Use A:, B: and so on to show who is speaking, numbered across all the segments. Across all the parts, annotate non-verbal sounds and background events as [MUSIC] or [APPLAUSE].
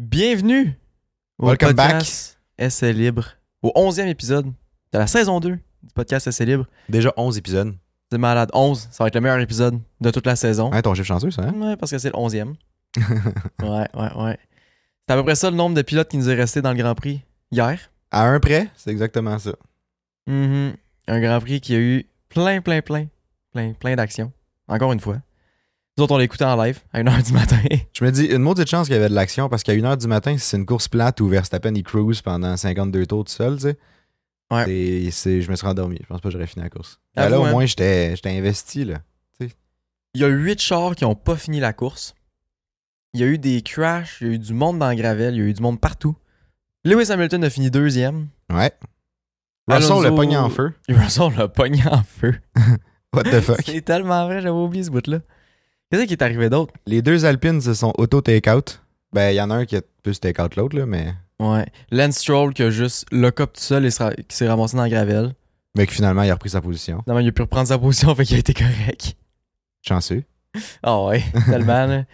A: Bienvenue au
B: Welcome
A: podcast Essai Libre, au 11e épisode de la saison 2 du podcast Essai Libre.
B: Déjà 11 épisodes.
A: C'est malade, 11, ça va être le meilleur épisode de toute la saison.
B: Hein, ton chiffre chanceux, ça, hein? [LAUGHS]
A: Ouais, parce que c'est le 11e. ouais, ouais, ouais. C'est à peu près ça le nombre de pilotes qui nous est resté dans le Grand Prix hier.
B: À un près, c'est exactement ça.
A: Mhm. Un Grand Prix qui a eu plein, plein, plein, plein, plein d'actions. Encore une fois. Nous autres, on l'écoutait en live à 1h du matin.
B: Je me dis, une maudite chance qu'il y avait de l'action parce qu'à 1h du matin, si c'est une course plate où Verstappen il cruise pendant 52 tours tout seul, tu sais.
A: Ouais.
B: c'est- c'est- je me suis rendormi. Je pense pas que j'aurais fini la course.
A: Avoue,
B: Là, là, au
A: hein.
B: moins, j'étais j'étais investi, là.
A: Il y a huit chars qui n'ont pas fini la course. Il y a eu des crashs, il y a eu du monde dans le Gravel, il y a eu du monde partout. Lewis Hamilton a fini deuxième. [LAUGHS]
B: Ouais. Russell
A: Alonso-
B: le pogne en feu.
A: Russell l'a pogné en feu.
B: What the fuck?
A: [LAUGHS] C'est tellement vrai, j'avais oublié ce bout-là. Qu'est-ce qui est arrivé d'autre?
B: Les deux Alpines se sont auto-take-out. Ben, il y en a un qui a plus take-out l'autre, là, mais...
A: Ouais. Lance Stroll qui a juste le cop tout seul et se ra- qui s'est ramassé dans le Gravel.
B: Mais que finalement, il a repris sa position.
A: Finalement, il a pu reprendre sa position, [LAUGHS] fait qu'il a été correct.
B: Chanceux.
A: Ah
B: [LAUGHS]
A: ouais, tellement. là.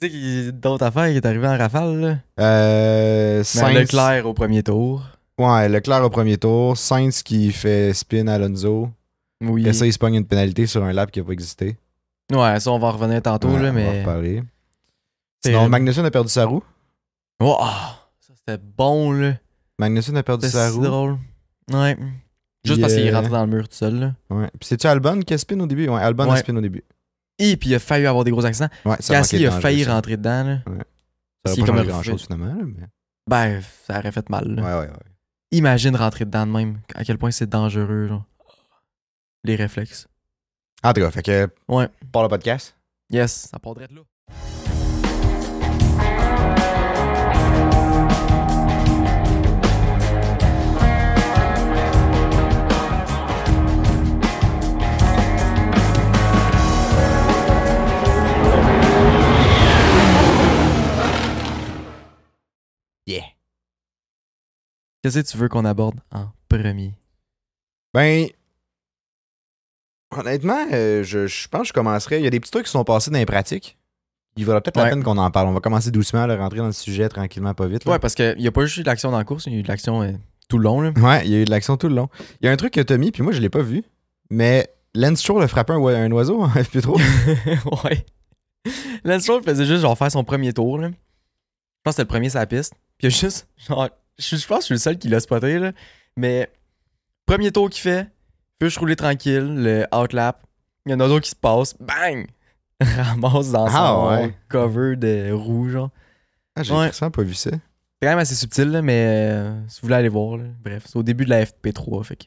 A: Qu'est-ce qui d'autres affaires qui est arrivé en rafale? Là?
B: Euh,
A: Mais
B: Sainz-
A: Leclerc au premier tour.
B: Ouais, Leclerc au premier tour. Sainz qui fait spin Alonso.
A: Oui.
B: Après ça, il se pogne une pénalité sur un lap qui n'a pas existé.
A: Ouais, ça on va en revenir tantôt,
B: Ouais,
A: là,
B: on va en
A: mais.
B: reparler. Sinon, Magnussen a perdu sa roue.
A: Oh, ah, ça c'était bon, là.
B: Magnussen a perdu
A: C'était
B: sa
A: si
B: roue.
A: drôle. Ouais. Juste
B: Puis,
A: parce qu'il est
B: euh,
A: rentré dans le mur tout seul, là.
B: Ouais. Puis c'est-tu Albon qui a spin au début? Ouais, Albon a
A: Ouais.
B: spin au début.
A: Et puis il a failli avoir des gros accidents.
B: Ouais, ça
A: Gasly
B: manquait
A: a
B: de
A: failli
B: danger, ça.
A: rentrer dedans, là.
B: Ça
A: s'il
B: aurait
A: comme
B: pas changé
A: un
B: grand-chose finalement. là, mais-
A: Ben, ça aurait fait mal, là.
B: Ouais, ouais, ouais.
A: Imagine rentrer dedans de même. À quel point c'est dangereux, genre. Les réflexes.
B: En tout cas, fait que...
A: Ouais.
B: Pour le podcast.
A: Yes, ça part direct là.
B: Yeah.
A: Qu'est-ce que tu veux qu'on aborde en premier?
B: Ben... Honnêtement, euh, je, je pense que je commencerai... Il y a des petits trucs qui sont passés dans les pratiques. Il vaudra peut-être
A: Ouais.
B: la peine qu'on en parle. On va commencer doucement, là, rentrer dans le sujet tranquillement, pas vite. là.
A: Ouais, parce qu'il n'y a pas juste eu de l'action dans la course, il y a eu de l'action euh, tout le long, là.
B: [LAUGHS] Ouais, il y a eu de l'action tout le long. Il y a un truc que t'as mis, puis moi, je l'ai pas vu, mais Lance Stroll a frappé un, oi- un oiseau
A: [LAUGHS]
B: en FP3.
A: ouais. Lance Stroll faisait juste genre faire son premier tour. Là. Je pense que c'était le premier sur la piste. Puis il a juste, genre, je, je pense que je suis le seul qui l'a spoté. Là. Mais premier tour qu'il fait, je rouler tranquille, le outlap. Il y a un oiseau qui se passe, bang! [LAUGHS] Ramasse dans
B: Ah,
A: son
B: ouais.
A: cover de rouge. genre.
B: Ah, j'ai
A: Ouais.
B: récemment pas vu ça.
A: C'est quand même assez subtil, là, mais euh, si vous voulez aller voir, là, bref, c'est au début de la FP3. Fait que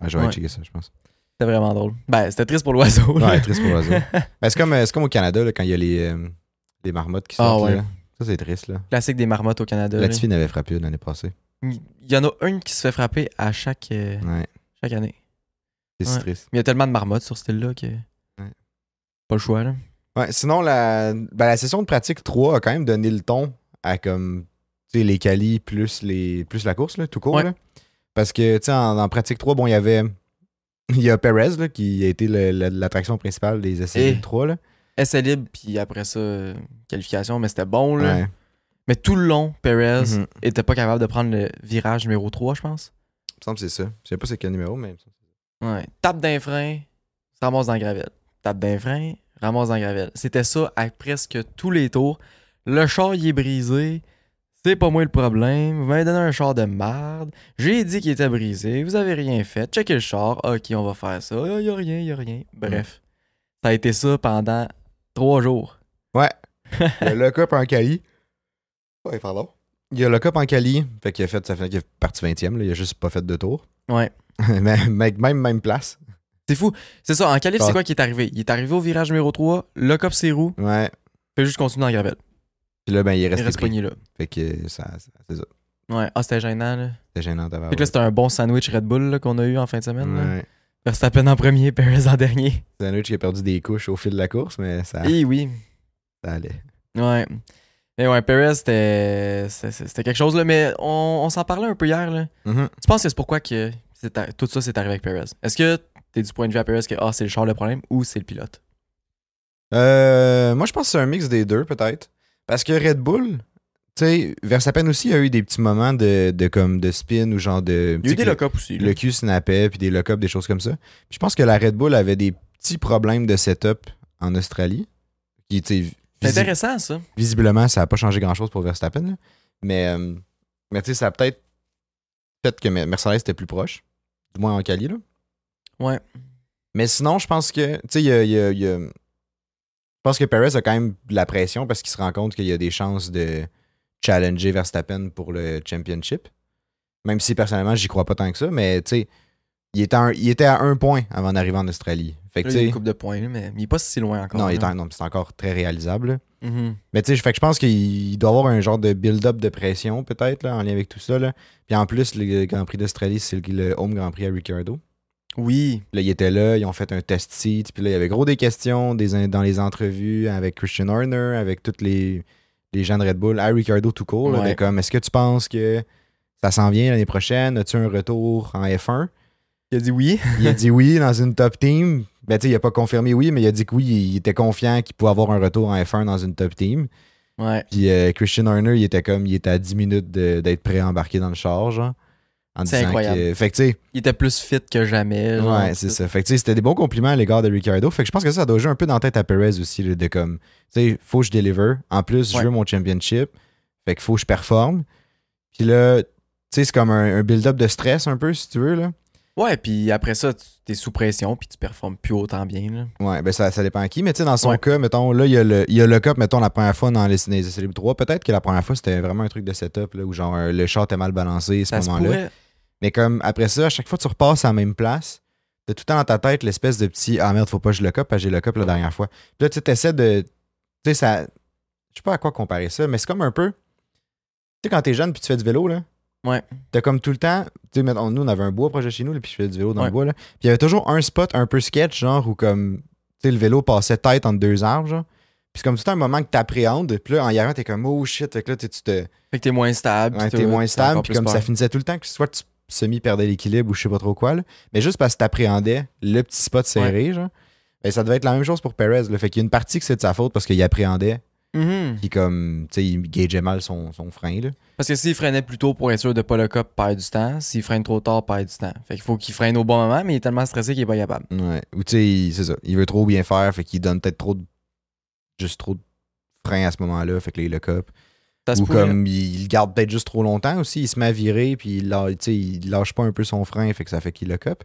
B: Ah, je vais aller
A: Ouais.
B: checker ça, je pense.
A: c'était vraiment drôle. Ben, c'était triste pour l'oiseau. là.
B: Ouais, triste pour
A: [LAUGHS]
B: l'oiseau. Ben, c'est comme, euh, c'est comme au Canada, là, quand il y a les, euh, les marmottes qui
A: Ah,
B: sortent.
A: ouais.
B: là. Ça, c'est triste, là.
A: Classique des marmottes au Canada. là.
B: Latifi n'avait frappé une l'année passée.
A: Il y en a une qui se fait frapper à chaque, euh,
B: Ouais,
A: chaque année.
B: c'est si
A: Ouais.
B: triste.
A: Mais il y a tellement de marmottes sur ce style-là que. Pas le choix, là.
B: Ouais, sinon, la, ben, la session de pratique 3 a quand même donné le ton à comme tu sais, les qualis plus, les, plus la course, là, tout court.
A: Ouais.
B: là. Parce que tu sais, en, en pratique 3, bon, il y avait. [LAUGHS] Il y a Perez là, qui a été le- le- l'attraction principale des essais
A: Et-
B: de 3. Là.
A: Essai libre, puis après ça, euh, qualification, mais c'était bon, là.
B: Ouais.
A: Mais tout le long, Perez
B: Mhm.
A: était pas capable de prendre le virage numéro 3, je pense.
B: Il me semble que c'est ça. Je sais pas c'est quel numéro, mais.
A: Ouais. Tape d'un frein, se ramasse dans le gravel. Tape d'un frein, ramasse dans le gravel. C'était ça à presque tous les tours. Le char, il est brisé. C'est pas moi le problème. Vous m'avez donné un char de merde. J'ai dit qu'il était brisé. Vous avez rien fait. Checkez le char. Ok, on va faire ça. Il y a rien, il y a rien. Bref. Ça a été ça pendant trois jours.
B: Ouais. Il y a le cup en quali. Ouais, pardon. Il y a le cup en quali. Fait qu'il a fait, ça fait qu'il est parti 20e. Là, il a juste pas fait de tour.
A: Ouais.
B: [LAUGHS] mais, mais- même, même place.
A: C'est fou. C'est ça. En qualif,
B: Ah.
A: c'est quoi qui est arrivé? Il est arrivé au virage numéro 3. Le cop, ses roues.
B: Ouais.
A: Fait juste continuer dans le gravel.
B: Puis là, ben, il est
A: Il
B: resté
A: reste
B: pris.
A: pogné là.
B: Fait que ça, ça- c'est ça.
A: Ouais. Ah, c'était gênant, là.
B: C'était gênant d'avoir.
A: Fait que là, c'était un bon sandwich Red Bull là, qu'on a eu en fin de semaine. hein. là.
B: Ouais.
A: Verstappen en premier, [LAUGHS] Perez en dernier.
B: C'est un autre qui a perdu des couches au fil de la course, mais ça,
A: Eh oui.
B: ça allait.
A: Ouais. Mais ouais, Perez, c'était c'était- c'était quelque chose, là. Mais on, on s'en parlait un peu hier, là.
B: Mhm.
A: Tu penses que c'est pourquoi que c'est ar- tout ça s'est arrivé avec Perez? Est-ce que t'es du point de vue à Perez que ah, c'est le char le problème ou c'est le pilote?
B: Euh, moi, je pense que c'est un mix des deux, peut-être. Parce que Red Bull, tu tu sais, Verstappen aussi a eu des petits moments de, de comme de spin ou genre de.
A: Il y a eu
B: tu
A: des
B: sais,
A: lock-ups aussi.
B: le,
A: là.
B: le cul snappait, puis des lock-up, des choses comme ça. Puis je pense que la Red Bull avait des petits problèmes de setup en Australie. Qui, tu sais,
A: C'est
B: visi-
A: intéressant, ça.
B: visiblement, ça n'a pas changé grand-chose pour Verstappen. là. Mais, euh, mais tu sais, ça a peut-être. Peut-être que Mer- Mercedes était plus proche. Du moins en quali, là.
A: Ouais.
B: Mais sinon, je pense que. Tu sais, il y a- il y a- il y a- Je pense que Perez a quand même de la pression parce qu'il se rend compte qu'il y a des chances de challenger Verstappen pour le championship. Même si personnellement, j'y crois pas tant que ça, mais tu sais, il était, à un- il était à un point avant d'arriver en Australie. Fait que
A: Là,
B: tu
A: il y a une
B: sais.
A: coupe de points, là, mais il est pas si loin encore.
B: Non, il
A: là.
B: est en- non, c'est encore très réalisable. là.
A: Mhm.
B: Mais tu sais, fait que je pense qu'il doit avoir un genre de build-up de pression, peut-être, là, en lien avec tout ça. là. Puis en plus, le Grand Prix d'Australie, c'est le, le Home Grand Prix à Ricardo.
A: Oui.
B: Là, il était là, ils ont fait un test seat. Puis là, il y avait gros des questions des, in- dans les entrevues avec Christian Horner, avec tous les, les gens de Red Bull, à Ricardo tout court. là,
A: Ouais.
B: de comme, est-ce que tu penses que ça s'en vient l'année prochaine? As-tu un retour en F1?
A: Il a dit
B: [LAUGHS]
A: oui.
B: Il a dit oui dans une top team. Ben, tu sais, il a pas confirmé oui, mais il a dit que oui, il était confiant qu'il pouvait avoir un retour en F1 dans une top team.
A: Ouais.
B: Puis euh, Christian Horner, il était comme, il était à 10 minutes de- d'être prêt à embarquer dans le char, genre. en
A: C'est
B: disant
A: incroyable.
B: que- fait que, tu sais,
A: Il était plus fit que jamais. genre,
B: Ouais, c'est ça. Fait que, tu sais, c'était des bons compliments à l'égard de Ricardo. Fait que je pense que ça doit jouer un peu dans la tête à Perez aussi, là, de comme, tu sais, faut que je deliver. En plus,
A: Ouais.
B: je veux mon championship. Fait que faut que je performe. Puis là, tu sais, c'est comme un, un build-up de stress un peu, si tu veux, là.
A: Ouais, puis après ça, tu t'es sous pression, puis tu performes plus autant bien. Là.
B: Ouais, ben ça, ça dépend à qui. Mais tu sais, dans son
A: Ouais.
B: cas, mettons, là, il y a le, il y a le cup, mettons, la première fois dans les, dans les Célib 3. Peut-être que la première fois, c'était vraiment un truc de setup, là, où genre, euh, le shot était mal balancé, à ce
A: Ça se
B: moment-là.
A: pourrait.
B: Mais comme après ça, à chaque fois que tu repasses à la même place, t'as tout le temps dans ta tête l'espèce de petit Ah merde, faut pas que je le cope, parce que j'ai le cope la dernière fois. Puis là, tu sais, t'essaies de. Tu sais, ça. Je sais pas à quoi comparer ça, mais c'est comme un peu. Tu sais, quand t'es jeune puis tu fais du vélo, là.
A: Ouais.
B: T'as comme tout le temps. Tu sais, mettons, nous, on avait un bois projet chez nous, là, puis je faisais du vélo dans
A: Ouais.
B: le bois, là. Puis il y avait toujours un spot un peu sketch, genre, où comme. Tu sais, le vélo passait tête entre deux arbres, genre. Puis c'est comme tout le temps un moment que t'appréhendes. Puis là, en y arrivant, t'es comme, oh shit. Fait que là, tu sais, tu te.
A: Fait que t'es moins stable.
B: Ouais,
A: puis
B: t'es
A: tout,
B: moins
A: t'as
B: stable,
A: encore
B: puis
A: plus
B: comme ça
A: peur.
B: finissait tout le temps que soit tu semi-perdais l'équilibre ou je sais pas trop quoi, là, mais juste parce que t'appréhendais le petit spot serré, genre, ben, ça devait être la même chose pour Perez. Là. Fait qu'il y a une partie que c'est de sa faute parce qu'il appréhendait,
A: Mhm.
B: puis comme, tu sais, il gageait mal son, son frein, là.
A: Parce que s'il freinait plus tôt pour être sûr de pas le cop, perd du temps. S'il freine trop tard, perd du temps. Fait qu'il faut qu'il freine au bon moment, mais il est tellement stressé qu'il est pas capable.
B: Ouais. Ou tu sais, il- c'est ça, il veut trop bien faire, fait qu'il donne peut-être trop de... juste trop de frein à ce moment-là, fait que là, il le cop.
A: Ça se
B: Ou
A: pourrait.
B: comme il le garde peut-être juste trop longtemps aussi, il se met à virer, puis il, lâ- tu sais, il lâche pas un peu son frein, fait que ça fait qu'il le cop.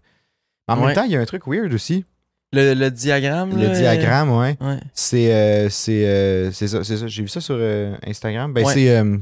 B: En
A: Ouais.
B: même temps, il y a un truc weird aussi.
A: Le, le diagramme.
B: Le
A: là,
B: diagramme, ouais.
A: euh, Ouais.
B: C'est euh, c'est euh, c'est ça, c'est ça. J'ai vu ça sur euh, Instagram. Ben,
A: Ouais.
B: c'est euh,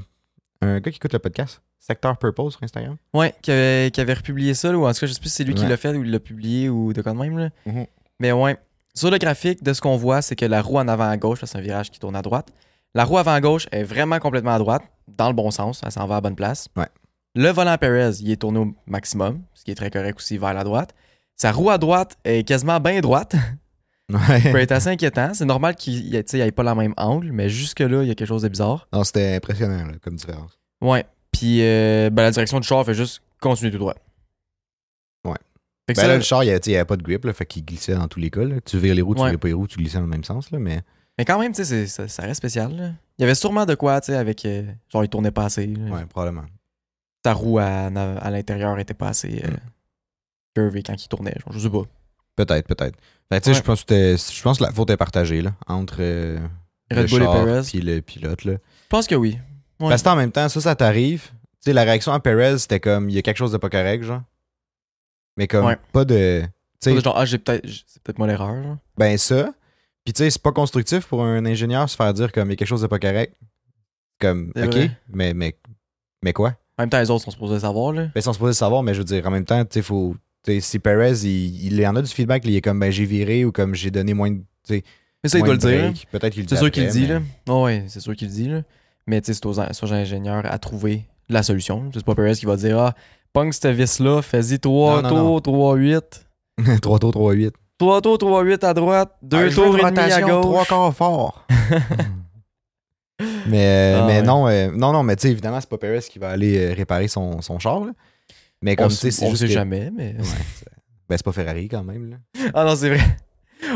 B: un gars qui écoute le podcast, Secteur Purple sur Instagram.
A: Ouais, qui avait, qui avait republié ça, là, ou en tout cas, je sais plus si c'est lui qui
B: Ouais.
A: l'a fait ou il l'a publié ou de quoi de même. Là.
B: Mhm.
A: Mais ouais. Sur le graphique, de ce qu'on voit, c'est que la roue en avant à gauche, là, c'est un virage qui tourne à droite. La roue avant à gauche est vraiment complètement à droite, dans le bon sens, elle s'en va à la bonne place.
B: Ouais.
A: Le volant Perez, il est tourné au maximum, ce qui est très correct aussi vers la droite. Sa roue à droite est quasiment bien droite. [LAUGHS] Ça peut
B: Ouais.
A: être assez inquiétant. C'est normal qu'il n'y ait pas la même angle, mais jusque-là, il y a quelque chose de bizarre.
B: [LAUGHS] Non, c'était impressionnant là, comme différence.
A: Ouais. Puis euh, ben, la direction du char fait juste continuer tout droit.
B: Ouais.
A: Fait que
B: Ben,
A: ça,
B: là, le char, il n'y avait pas de grip, là, fait qu'il glissait dans tous les cas. là. Tu vires les roues, tu
A: Ouais.
B: vires pas les roues, tu glissais dans le même sens. Là, mais
A: Mais quand même, tu sais, c'est- ça, ça reste spécial. là. Il y avait sûrement de quoi, tu sais, avec. euh, genre, il tournait pas assez. là.
B: ouais, probablement.
A: Ta roue à, à l'intérieur était pas assez euh,
B: Mm.
A: curvée quand il tournait. Genre, je sais pas.
B: Peut-être, peut-être. Fait que, tu sais,
A: Ouais.
B: je pense que c'était- je pense que la faute est partagée là, entre euh, le
A: Red Bull et
B: char
A: Perez.
B: puis le pilote. Là.
A: Je pense que oui. Ouais.
B: Parce que en même temps, ça, ça t'arrive. Tu sais, la réaction à Perez, c'était comme, il y a quelque chose de pas correct, genre. Mais comme,
A: Ouais.
B: pas de. Tu sais,
A: Genre, ah, j'ai peut-être. j- C'est peut-être moi l'erreur. genre.
B: ben ça. Puis tu sais, c'est pas constructif pour un ingénieur se faire dire comme, il y a quelque chose de pas correct. Comme,
A: C'est
B: ok,
A: vrai.
B: mais, mais, mais quoi?
A: En même temps, les autres sont supposés le savoir, là.
B: Ben, ils sont supposés le savoir, mais je veux dire, en même temps, tu sais, faut. tu sais, si Perez, il, il y en a du feedback, il est comme, ben, j'ai viré ou comme, j'ai donné moins de.
A: Mais ça, il doit
B: moins
A: le
B: de
A: dire. hein.
B: break. Peut-être qu'il le
A: C'est
B: dit
A: sûr qu'il le
B: après,
A: dit,
B: mais-
A: là. Ouais, ouais, c'est sûr qu'il le dit, là. Mais, tu sais, c'est aux, en- c'est aux ingénieurs à trouver la solution. C'est pas Perez qui va dire, ah, punk cette vis-là, fais-y 3
B: Non, non,
A: tours, 3, 8.
B: [LAUGHS] 3 tours, 3 8.
A: 3 tours, 3, 8 à droite,
B: Ah,
A: 2 tours et demi à gauche.
B: Trois
A: [LAUGHS]
B: quarts fort. mais euh,
A: Ah,
B: mais
A: ouais.
B: non, euh, non, non, mais tu sais, évidemment, c'est pas Perez qui va aller euh, réparer son, son char. là. Mais
A: on
B: comme tu sais,
A: sait,
B: c'est
A: on
B: juste.
A: sait
B: que-
A: jamais, mais. [LAUGHS]
B: Ouais, c'est- ben, c'est pas Ferrari quand même. Là.
A: Ah non, c'est vrai.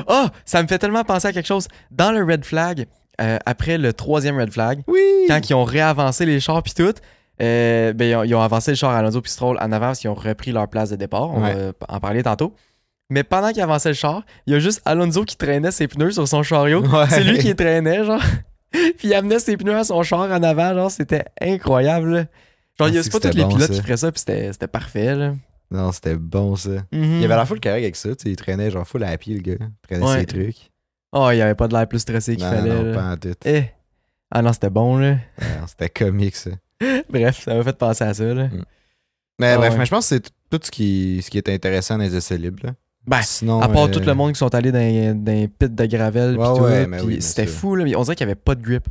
A: Ah, ça me fait tellement penser à quelque chose. Dans le red flag, euh, après le troisième red flag,
B: Oui!
A: [LAUGHS] quand ils ont réavancé les chars puis tout, euh, ben, ils, ont, ils ont avancé les chars Alonso puis Stroll en avant parce qu'ils ont repris leur place de départ. On
B: Ouais.
A: va en parler tantôt. Mais pendant qu'ils avançaient le char, il y a juste Alonso qui traînait ses pneus sur son chariot.
B: Ouais.
A: C'est lui qui les traînait, genre. [LAUGHS] puis il amenait ses pneus à son char en avant, genre. C'était incroyable. là. Genre, il y a-
B: Ah,
A: c'est
B: c'est
A: pas
B: que
A: tous
B: c'était
A: les
B: bon,
A: pilotes
B: ça.
A: qui feraient ça, puis c'était c'était parfait, là.
B: Non, c'était bon ça. Il avait la full correct avec ça, tu sais, il traînait genre full happy le gars. Il traînait
A: Ouais.
B: ses trucs.
A: Oh, il y avait pas de l'air plus stressé qu'il
B: Non,
A: fallait.
B: non,
A: là.
B: pas en tout.
A: Eh. Ah non, c'était bon, là. [LAUGHS]
B: Ouais, non, C'était comique ça.
A: Bref, ça m'a fait penser à ça, là.
B: Mais
A: Ah
B: bref,
A: ouais.
B: mais je pense que c'est tout ce qui, ce qui est intéressant dans les essais libres. là.
A: Ben,
B: Sinon,
A: À part
B: euh,
A: tout le monde qui sont allés dans, dans les pits de gravel, puis
B: Ouais,
A: tout,
B: ouais,
A: là,
B: mais
A: puis
B: oui, mais
A: c'était
B: ça.
A: fou. Là. On dirait qu'il n'y avait pas de grip.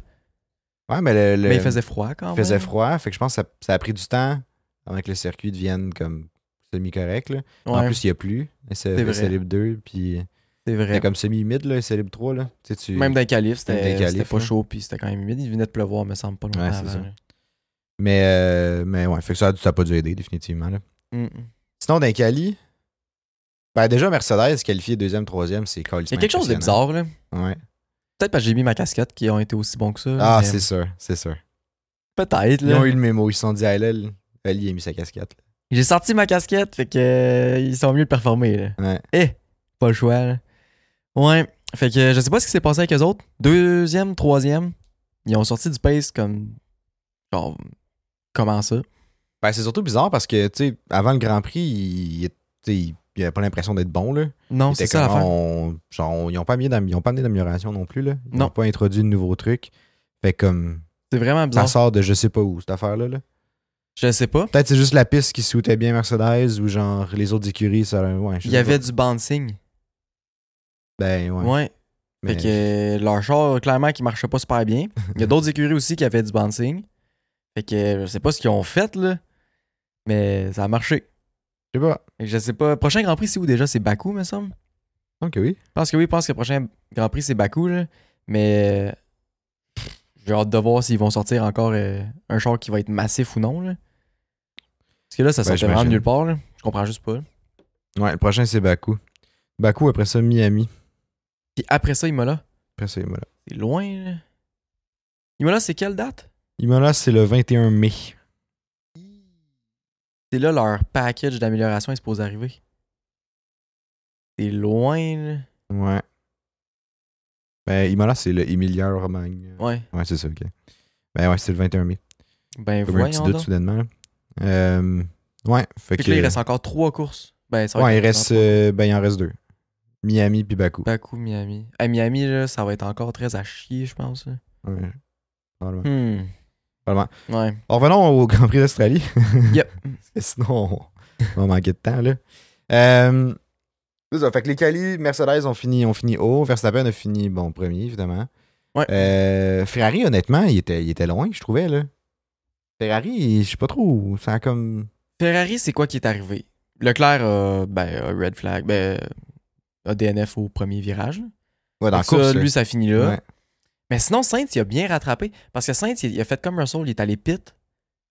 B: Ouais, mais, le, le-
A: mais il faisait froid quand même.
B: il faisait froid, fait que je pense que ça, ça a pris du temps avant que le circuit devienne comme semi-correct. là. En
A: Ouais,
B: plus, il n'y a plus. C'est
A: C'est vrai.
B: libre 2, puis
A: c'est
B: c'était
A: vrai.
B: comme semi-humide, là, essai libre 3. Là. Tu sais, tu-
A: Même dans les qualifs,
B: Même dans les
A: c'était c'était
B: qualifs,
A: pas
B: là.
A: chaud, puis c'était quand même humide. Il venait de pleuvoir, me semble, pas longtemps
B: Ouais, c'est
A: avant,
B: ça.
A: là.
B: Mais, euh, mais ouais, fait que ça n'a pas dû aider définitivement. là.
A: Mm, mm.
B: Sinon, d'un quali, ben déjà Mercedes qualifié deuxième, troisième, c'est
A: Il y a quelque chose de bizarre, là.
B: Ouais.
A: Peut-être parce que j'ai mis ma casquette qui ont été aussi bons que ça.
B: Ah,
A: mais
B: c'est sûr, c'est sûr.
A: Peut-être,
B: Ils
A: là.
B: ont eu le mémo, ils se sont dit, ah là, le- Ali a mis sa casquette.
A: J'ai sorti ma casquette, fait que euh, ils sont mieux de performer, là.
B: là. Ouais.
A: Eh, pas le choix, là. Ouais. Fait que euh, je sais pas ce qui s'est passé avec eux autres. Deuxième, troisième, ils ont sorti du pace comme. Genre. Comment ça?
B: Ben, c'est surtout bizarre parce que, tu sais, avant le Grand Prix, il, il- tu sais, il- il avait pas l'impression d'être bon, là.
A: Non,
B: Il
A: c'est
B: était
A: ça
B: comme,
A: l'affaire.
B: on- genre, on- ils n'ont pas, amené d'am- ils ont pas amené d'amélioration non plus, là. Ils
A: Non.
B: n'ont pas introduit de nouveaux trucs. Fait comme,
A: C'est vraiment
B: ça
A: bizarre.
B: sort de je sais pas où, cette affaire-là, là.
A: Je sais pas.
B: Peut-être c'est juste la piste qui souhaitait bien Mercedes ou genre les autres écuries, ça. Ouais, je
A: Il y
B: sais
A: avait
B: pas.
A: du bouncing.
B: Ben, ouais.
A: Ouais.
B: mais-
A: Fait que euh, leur char, clairement, qui marchait pas super bien. Il y
B: [LAUGHS]
A: a d'autres écuries aussi qui avaient du bouncing. Fait que euh, je sais pas ce qu'ils ont fait, là. Mais ça a marché.
B: Je sais pas.
A: Fait que je sais pas. Prochain Grand Prix, c'est où déjà? C'est Bakou, me semble.
B: Donc oui.
A: Je pense que oui, je pense que le prochain Grand Prix, c'est Bakou, là. Mais euh, pff, j'ai hâte de voir s'ils vont sortir encore euh, un char qui va être massif ou non, là. Parce que là, ça
B: Ben,
A: sortait vraiment de
B: j'imagine.
A: nulle part, là. Je comprends juste pas.
B: Ouais, le prochain c'est Baku. Baku après ça Miami.
A: Puis après ça, Imola.
B: Après ça Imola.
A: C'est loin, là. Imola, c'est quelle date?
B: Imola c'est le 21 mai.
A: C'est là leur package d'amélioration est supposé arriver. C'est loin, là.
B: Ouais. Ben Imola c'est le Emilia Romagna.
A: Ouais.
B: Ouais, c'est ça, ok. Ben ouais, c'est le 21 mai.
A: Ben,
B: J'ai eu un petit
A: voyons
B: doute
A: donc.
B: soudainement. là. Euh, ouais,
A: Fait
B: fait que.
A: que là, il reste encore trois courses. Ben, ça va
B: ouais,
A: être
B: il reste. euh, ben il en reste deux. Miami puis Baku.
A: Bakou, Miami. À Miami, là, ça va être encore très à chier, je pense. là.
B: Ouais. Probablement.
A: Hmm.
B: Probablement.
A: Ouais.
B: En revenant au Grand Prix d'Australie.
A: Hmm. [LAUGHS] Yep.
B: Parce que [LAUGHS] Sinon, on va manquer de temps, là. Euh, c'est ça. Fait que les quali, Mercedes ont fini, ont fini haut. Verstappen a fini, bon, premier, évidemment.
A: Ouais.
B: Euh, Ferrari, honnêtement, il était, il était loin, je trouvais, là. Ferrari, je sais pas trop. Ça a comme.
A: Ferrari, c'est quoi qui est arrivé? Leclerc a, ben, a red flag, ben, a DNF au premier virage.
B: Ouais, dans la
A: Fait que
B: course.
A: ça,
B: là.
A: lui, ça finit là.
B: Ouais.
A: Mais sinon, Sainz, il a bien rattrapé. Parce que Sainz, il, il a fait comme Russell, il est allé pit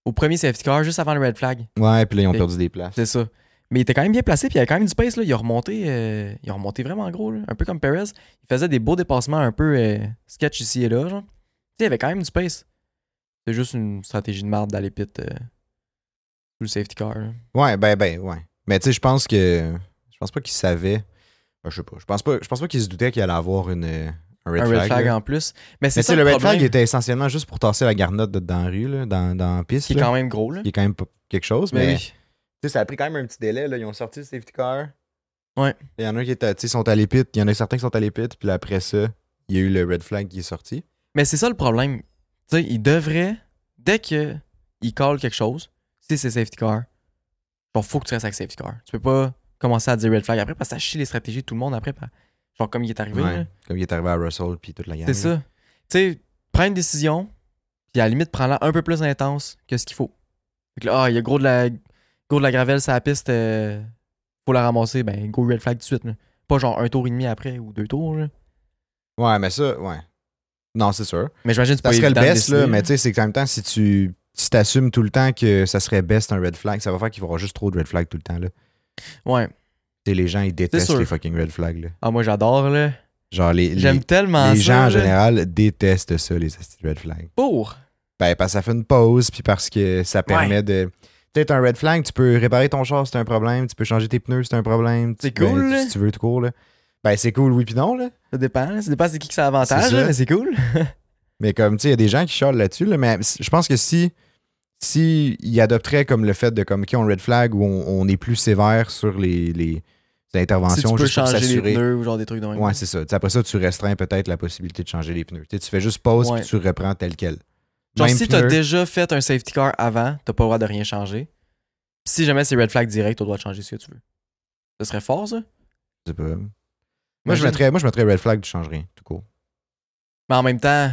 A: au premier safety car juste avant le red flag.
B: Ouais, puis là, ils ont
A: Fait-
B: perdu des places.
A: C'est ça. Mais il était quand même bien placé, puis il avait quand même du pace. Là. Il, a remonté, euh, il a remonté vraiment gros, là. un peu comme Perez. Il faisait des beaux dépassements un peu euh, sketch ici et là. Genre. Tu sais, il avait quand même du pace. C'est juste une stratégie de merde d'aller pit euh, sous le safety car. là.
B: Ouais, ben, ben, ouais. Mais tu sais, je pense que. Je pense pas qu'ils savaient. Ben, je sais pas. Je pense pas, je pense pas qu'ils se doutaient qu'il allait avoir une, euh, un red
A: un
B: flag.
A: red flag
B: là.
A: en plus. Mais c'est
B: Mais tu
A: ça
B: sais,
A: le,
B: le red flag
A: problème,
B: il était essentiellement juste pour tasser la garnotte de- dans la rue, là, dans, dans la piste.
A: qui est
B: là.
A: quand même gros. Là.
B: qui est quand même pas quelque chose, mais,
A: Mais oui.
B: tu sais, ça a pris quand même un petit délai. Là. Ils ont sorti le safety car.
A: Ouais.
B: Il y en a qui étaient, tu sais, sont à l'épite, il y en a certains qui sont à l'épite, puis après ça, il y a eu le red flag qui est sorti.
A: Mais c'est ça le problème. Tu sais, il devrait, dès que il call quelque chose, si c'est safety car, genre faut que tu restes avec safety car. Tu peux pas commencer à dire red flag après parce que ça chie les stratégies de tout le monde après. par- Genre comme il est arrivé.
B: Ouais.
A: là.
B: Comme il est arrivé à Russell, puis toute la gang.
A: hein. C'est ça. Tu sais, prends une décision, puis à la limite, prends-la un peu plus intense que ce qu'il faut. Fait que là, ah, il y a gros de la, gros de la gravelle sur la piste, euh, faut la ramasser, ben go red flag tout de suite. là. Pas genre un tour et demi après ou deux tours. là.
B: Ouais, mais ça, ouais. Non, c'est sûr.
A: Mais j'imagine que c'est
B: Ça
A: pas
B: serait le
A: évident de
B: best, là,
A: décider,
B: mais tu sais, c'est qu'en même temps, si tu si t'assumes tout le temps que ça serait best un red flag, ça va faire qu'il va y avoir juste trop de red flags tout le temps, là. Tu
A: Ouais.
B: sais, les gens, ils détestent
A: sûr.
B: les fucking red flags, là.
A: Ah, moi j'adore, là.
B: Genre, les, les,
A: J'aime tellement
B: les
A: ça.
B: gens
A: là.
B: en général détestent ça, les esti de red flags.
A: Pour.
B: Ben, parce que ça fait une pause, puis parce que ça permet de. Peut-être un red flag, tu peux réparer ton char, c'est un problème. Tu peux changer tes pneus, c'est un problème.
A: C'est
B: Tu- ben,
A: cool,
B: tu-
A: là.
B: Si tu veux, tout court, là. Ben, c'est cool, oui, puis non, là.
A: Ça dépend. là. Ça dépend c'est qui que ça avantage,
B: C'est ça.
A: là, mais c'est cool.
B: Mais comme, tu sais, il y a des gens qui chialent là-dessus, là, mais je pense que si si ils adopteraient comme le fait de comme qui on red flag ou on, on est plus sévère sur les, les
A: Si tu
B: interventions
A: peux
B: juste pour
A: changer les
B: s'assurer.
A: pneus ou genre des trucs dans
B: Ouais, c'est ça. Tu sais, Après ça, tu restreins peut-être la possibilité de changer les pneus. Tu sais, tu fais juste pause
A: Ouais.
B: puis tu reprends tel quel.
A: Genre,
B: Même
A: si t'as
B: pneu.
A: déjà fait un safety car avant, t'as pas le droit de rien changer. Pis si jamais c'est red flag direct, t'as le droit de changer ce que tu veux. Ce serait fort, ça.
B: Je sais pas. Moi, je
A: Imagine.
B: mettrais, moi, je mettrais red flag, tu changes rien, tout court.
A: Mais en même temps,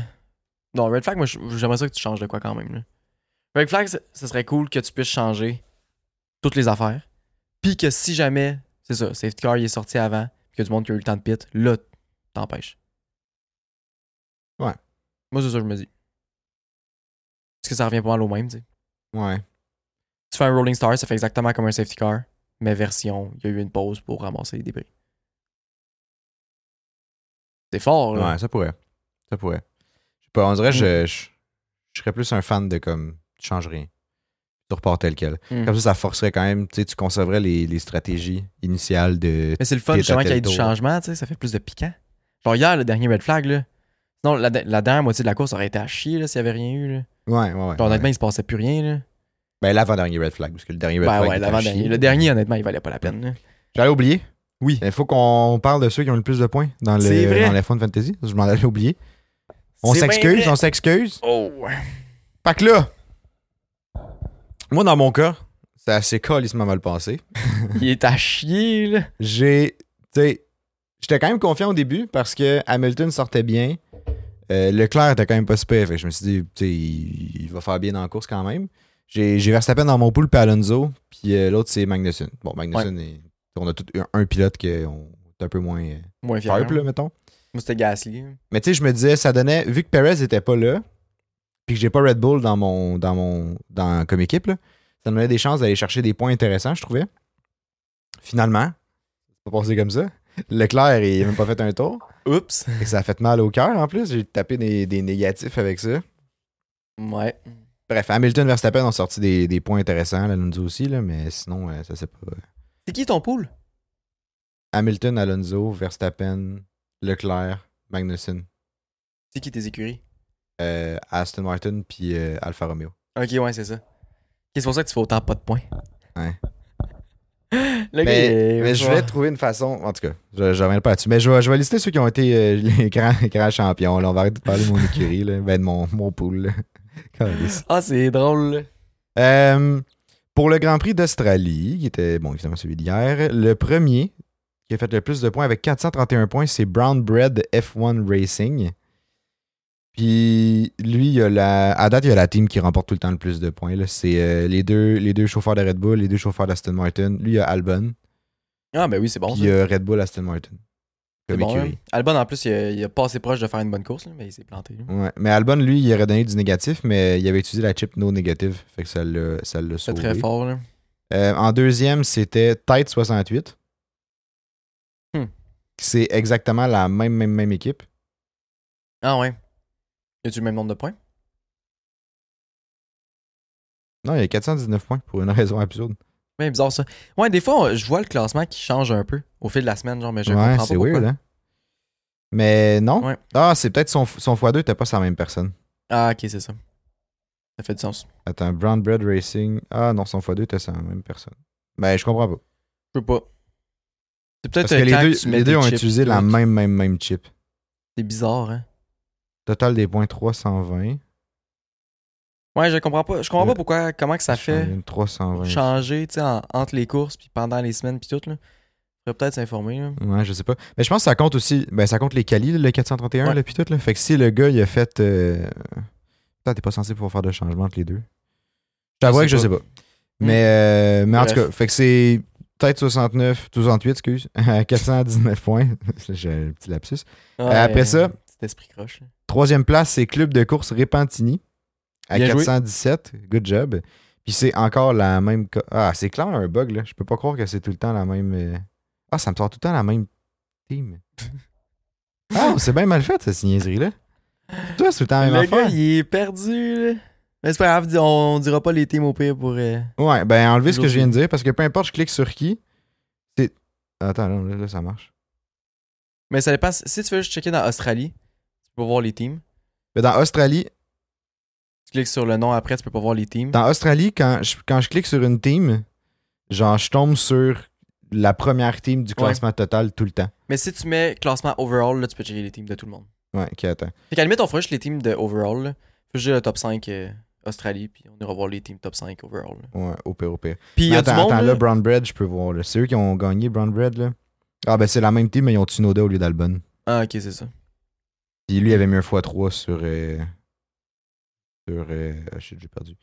A: non, red flag, moi, je- j'aimerais ça que tu changes de quoi quand même. là. Red flag, c- ce serait cool que tu puisses changer toutes les affaires. Puis que si jamais, c'est ça, safety car il est sorti avant, puis que du monde qui a eu le temps de pit, là, t'empêches.
B: Ouais.
A: Moi, c'est ça que je me dis. Parce que ça revient pas mal au même, tu sais.
B: Ouais.
A: tu fais un Rolling Star, ça fait exactement comme un safety car, mais version, il y a eu une pause pour ramasser les débris. C'est fort, là.
B: Ouais, ça pourrait. Ça pourrait. Je sais pas, on dirait que
A: Mm.
B: je, je, je serais plus un fan de comme tu changes rien. Tu repars tel quel.
A: Mm.
B: Comme ça, ça forcerait quand même, tu sais, tu conserverais les, les stratégies initiales de.
A: Mais c'est le fun,
B: T'es
A: justement,
B: à
A: qu'il y ait
B: tel
A: du
B: tour.
A: changement, tu sais, ça fait plus de piquant. Genre hier, le dernier red flag, là. Sinon, la, de- la dernière moitié de la course aurait été à chier, là, s'il n'y avait rien eu, là.
B: Ouais, ouais, ouais.
A: Genre, honnêtement,
B: ouais.
A: il se passait plus rien, là.
B: Ben, l'avant-dernier red flag, parce que le dernier red
A: Ben
B: flag.
A: ouais,
B: était à
A: l'avant-dernier.
B: chier.
A: Le dernier, honnêtement, il valait pas la peine, là.
B: J'allais oublier.
A: Oui.
B: Il faut qu'on parle de ceux qui ont le plus de points dans le
A: C'est vrai.
B: dans les fonds de fantasy. Je m'en allais oublier. On s'excuse, on s'excuse.
A: Oh!
B: Fait que là, moi, dans mon cas, c'est assez calissement mal passé.
A: Il est à chier, là.
B: J'ai. Tu sais, j'étais quand même confiant au début parce que Hamilton sortait bien. Euh, Leclerc était quand même pas super. Fait que je me suis dit, tu sais, il, il va faire bien dans la course quand même. J'ai j'ai Verstappen dans mon pool, puis Alonso, puis euh, l'autre, c'est Magnussen. Bon, Magnussen, est- on a tout un, un pilote qui est on- est un peu moins euh,
A: Moins fier.
B: sharp,
A: hein.
B: là, mettons.
A: Moi, c'était Gasly.
B: Mais tu sais, je me disais, ça donnait, vu que Perez était pas là, puis que j'ai pas Red Bull dans mon, dans mon, dans, comme équipe, là, ça me donnait des chances d'aller chercher des points intéressants, je trouvais. Finalement, c'est pas passé comme ça. Leclerc, il a même pas fait un tour.
A: Oups!
B: Et ça a fait mal au cœur en plus. J'ai tapé des, des négatifs avec ça.
A: Ouais.
B: Bref, Hamilton Verstappen ont sorti des, des points intéressants, Alonso aussi, là, mais sinon, euh, ça c'est pas.
A: C'est qui ton pool?
B: Hamilton, Alonso, Verstappen, Leclerc, Magnussen,
A: C'est qui tes écuries?
B: euh, Aston Martin, puis euh, Alfa Romeo.
A: Ok, ouais, c'est ça. Ok, c'est pour ça que tu fais autant pas de points.
B: Ouais. Ben,
A: Le gars, il
B: Mais,
A: est-
B: mais je vais trouver une façon. En tout cas, je, je reviens pas là-dessus. Mais je vais, je vais lister ceux qui ont été euh, [LAUGHS] les grands, grands champions. là. on va arrêter de parler de mon écurie, là. Ben, de mon, mon pool. là. [LAUGHS] Calisse.
A: Ah, c'est drôle. là.
B: Euh, pour le Grand Prix d'Australie, qui était, bon, évidemment, celui d'hier, le premier qui a fait le plus de points avec 431 points, c'est Brown Bread F1 Racing. Puis lui, il y a la, à date, il y a la team qui remporte tout le temps le plus de points. là. C'est euh, les, deux, les deux chauffeurs de Red Bull, les deux chauffeurs d'Aston Martin. Lui, il y a Albon.
A: Ah, ben oui, c'est bon.
B: Puis
A: ça.
B: il y a Red Bull Aston Martin.
A: C'est
B: Comme
A: bon,
B: écurie.
A: hein. Albon, en plus, il a, il a pas assez proche de faire une bonne course, là, mais il s'est planté. là.
B: Ouais. Mais Albon, lui, il aurait donné du négatif, mais il avait utilisé la chip no négative. Fait que ça l'a ça l'a
A: C'est
B: sauvé.
A: très fort. Là.
B: Euh, en deuxième, c'était Tête 68.
A: Hmm.
B: C'est exactement la même, même, même équipe.
A: Ah, ouais. Y a-tu le même nombre de points?
B: Non, il y a 419 points pour une raison absurde.
A: Ouais, bizarre ça. Ouais, des fois, on- je vois le classement qui change un peu au fil de la semaine, genre, mais je
B: ouais,
A: comprends pas.
B: c'est
A: Pourquoi.
B: weird, hein? Mais non.
A: Ouais.
B: Ah, c'est peut-être son, son x2 t'es pas sur la même personne.
A: Ah, ok, c'est ça. Ça fait du sens.
B: Attends, Brown Bread Racing. Ah non, son x2 t'es sur la même personne. Ben, je comprends pas.
A: Je peux pas. C'est peut-être
B: Parce que les
A: quand
B: deux,
A: tu mets
B: les deux
A: des
B: ont
A: chips,
B: utilisé la
A: tout.
B: même, même, même chip.
A: C'est bizarre, hein.
B: Total des points 320.
A: Ouais, je comprends pas. Je comprends
B: Ouais.
A: pas pourquoi, comment que ça fait.
B: 320.
A: changer tu sais, en- entre les courses puis pendant les semaines puis tout là faudrait peut-être s'informer là.
B: Ouais, je sais pas. Mais je pense que ça compte aussi. Ben, ça compte les qualis, là, le 431,
A: Ouais.
B: là, puis tout. Là. Fait que si le gars, il a fait. Euh... Putain, t'es pas censé pouvoir faire de changement entre les deux. Je t'avoue
A: sais
B: que je
A: pas. Hmm.
B: sais pas. Mais, euh, mais en tout
A: Bref.
B: cas, fait que c'est peut-être 69, 68, excuse, [LAUGHS] à 419 points. [LAUGHS] J'ai un petit lapsus.
A: Ouais,
B: après ça-
A: petit esprit croche là.
B: Troisième place, c'est Club de course Repentini à
A: Bien joué.
B: 417. Good job. Puis c'est encore la même. co- Ah, c'est clairement un bug, là. Je peux
A: [LAUGHS]
B: pas croire que c'est tout le temps la même. euh, Ah, ça me sort tout le temps la même team. Ah, c'est bien mal fait, cette niaiserie-là. Toi, c'est tout le temps la même
A: le gars,
B: affaire.
A: il est perdu, là. Mais c'est pas grave, on, on dira pas les teams au pire pour. euh,
B: Ouais, ben enlever ce que
A: L'autre
B: je viens de dire parce que peu importe, je clique sur qui. C'est. Attends, là, là, là, ça marche.
A: Mais ça dépend. Si tu veux juste checker dans Australie, tu peux voir les teams.
B: Mais dans Australie,
A: Tu cliques sur le nom après, tu peux pas voir les teams.
B: dans Australie quand, je, quand je clique sur une team, genre, je tombe sur la première team du classement total tout le temps.
A: Mais si tu mets classement overall, là, tu peux checker les teams de tout le monde.
B: Ouais, ok, attends.
A: Fait qu'à la limite, on fera juste les teams de overall. là. Faut juste dire le top 5 euh, Australie, puis on ira voir les teams top 5 overall. là.
B: Ouais, au pire, au pire.
A: Puis il y
B: Mais
A: a
B: attends,
A: du monde.
B: attends,
A: là,
B: là, Brown Bread, je peux voir. là. C'est eux qui ont gagné Brown Bread, là. Ah, ben c'est la même team, mais ils ont Tsunoda au lieu d'Albon.
A: Ah, ok, c'est ça.
B: Puis lui, il avait mis un x3 sur. euh, Sur. euh, ah, shit, j'ai perdu.
A: Hmm.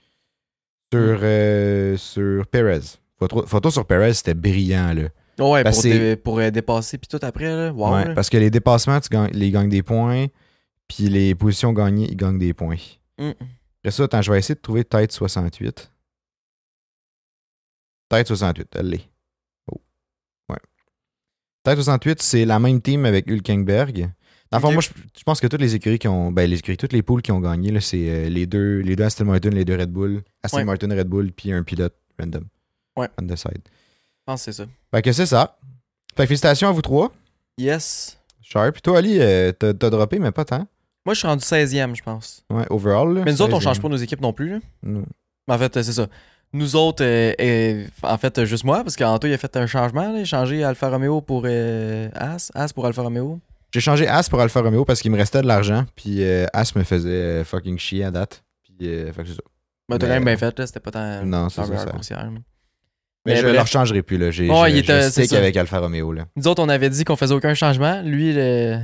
B: Sur. euh, Sur Perez. Photo, photo sur Perez, c'était brillant, là.
A: Ouais,
B: Ben,
A: pour,
B: c'est-
A: dé- pour euh, dépasser, puis tout après, là. Wow,
B: Ouais,
A: là.
B: parce que les dépassements, tu gagnes, les gagnes des points. Puis les positions gagnées, ils gagnent des points.
A: Mm.
B: Après ça, attends, je vais essayer de trouver tête 68. Tête 68, elle l'est. Oh. Ouais. Tête 68, c'est la même team avec Hülkenberg. Dans le fond,
A: Ok.
B: moi, je, je pense que toutes les écuries qui ont. Ben, les écuries, toutes les poules qui ont gagné, là, c'est euh, les, deux, les deux Aston Martin, les deux Red Bull. Aston
A: Ouais.
B: Martin, Red Bull, puis un pilote random.
A: Ouais.
B: On the side.
A: Je pense que c'est ça.
B: Fait que c'est ça. Fait que félicitations à vous trois.
A: Yes.
B: Sharp. Toi, Ali, euh, t'as t'as droppé, mais pas tant.
A: Moi, je suis rendu 16e, je pense.
B: Ouais, overall. là,
A: Mais nous autres, on
B: 16e.
A: change pas nos équipes non plus, là.
B: Non.
A: En fait, euh, c'est ça. Nous autres, euh, euh, en fait, euh, juste moi, parce qu'Anto, il a fait un changement. là. Il a changé Alfa Romeo pour euh, As, As pour Alfa Romeo.
B: J'ai changé As pour Alfa Romeo parce qu'il me restait de l'argent. Puis euh, As me faisait euh, fucking chier à date. Puis, euh, fait que c'est ça.
A: Mais t'as
B: Mais-
A: quand même bien fait, là. C'était pas tant.
B: non, c'est
A: tant
B: ça.
A: bien
B: ça.
A: grossière, là.
B: Mais,
A: Mais
B: je ne
A: bref.
B: leur changerai plus. Là. J'ai,
A: Ouais,
B: je-
A: il était-
B: je
A: c'est
B: stick
A: ça.
B: avec Alfa Romeo. Là.
A: Nous autres, on avait dit qu'on faisait aucun changement. Lui, le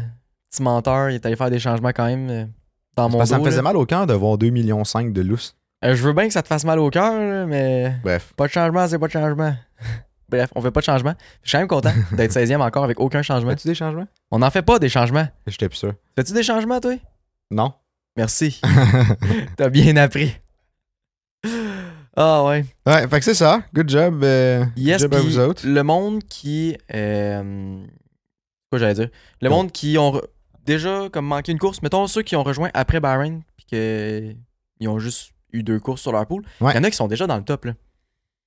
A: petit menteur, il est allé faire des changements quand même euh, dans mon
B: Parce que ça me
A: dos,
B: faisait
A: là.
B: mal au cœur de voir 2,5 millions de lousse.
A: Euh, Je veux bien que ça te fasse mal au cœur, là, mais
B: Bref.
A: pas de changement, c'est pas de changement. [LAUGHS] Bref, on fait pas de changement. Je suis quand même content d'être 16e encore avec aucun changement.
B: As-tu des changements?
A: On n'en fait pas des changements.
B: J'étais plus sûr.
A: Fais-tu des changements, toi?
B: Non. [LAUGHS]
A: Merci.
B: ouais,
A: T'as bien appris. Ah ouais.
B: fait que c'est ça. Good job. euh, good
A: Yes,
B: job à
A: puis
B: vous autres.
A: le monde qui... Euh, quoi j'allais dire? Le
B: Non.
A: monde qui ont re- déjà comme manqué une course, mettons ceux qui ont rejoint après Bahreïn, puis qu'ils ont juste eu deux courses sur leur pool, il
B: Ouais.
A: y en a qui sont déjà dans le top. Là.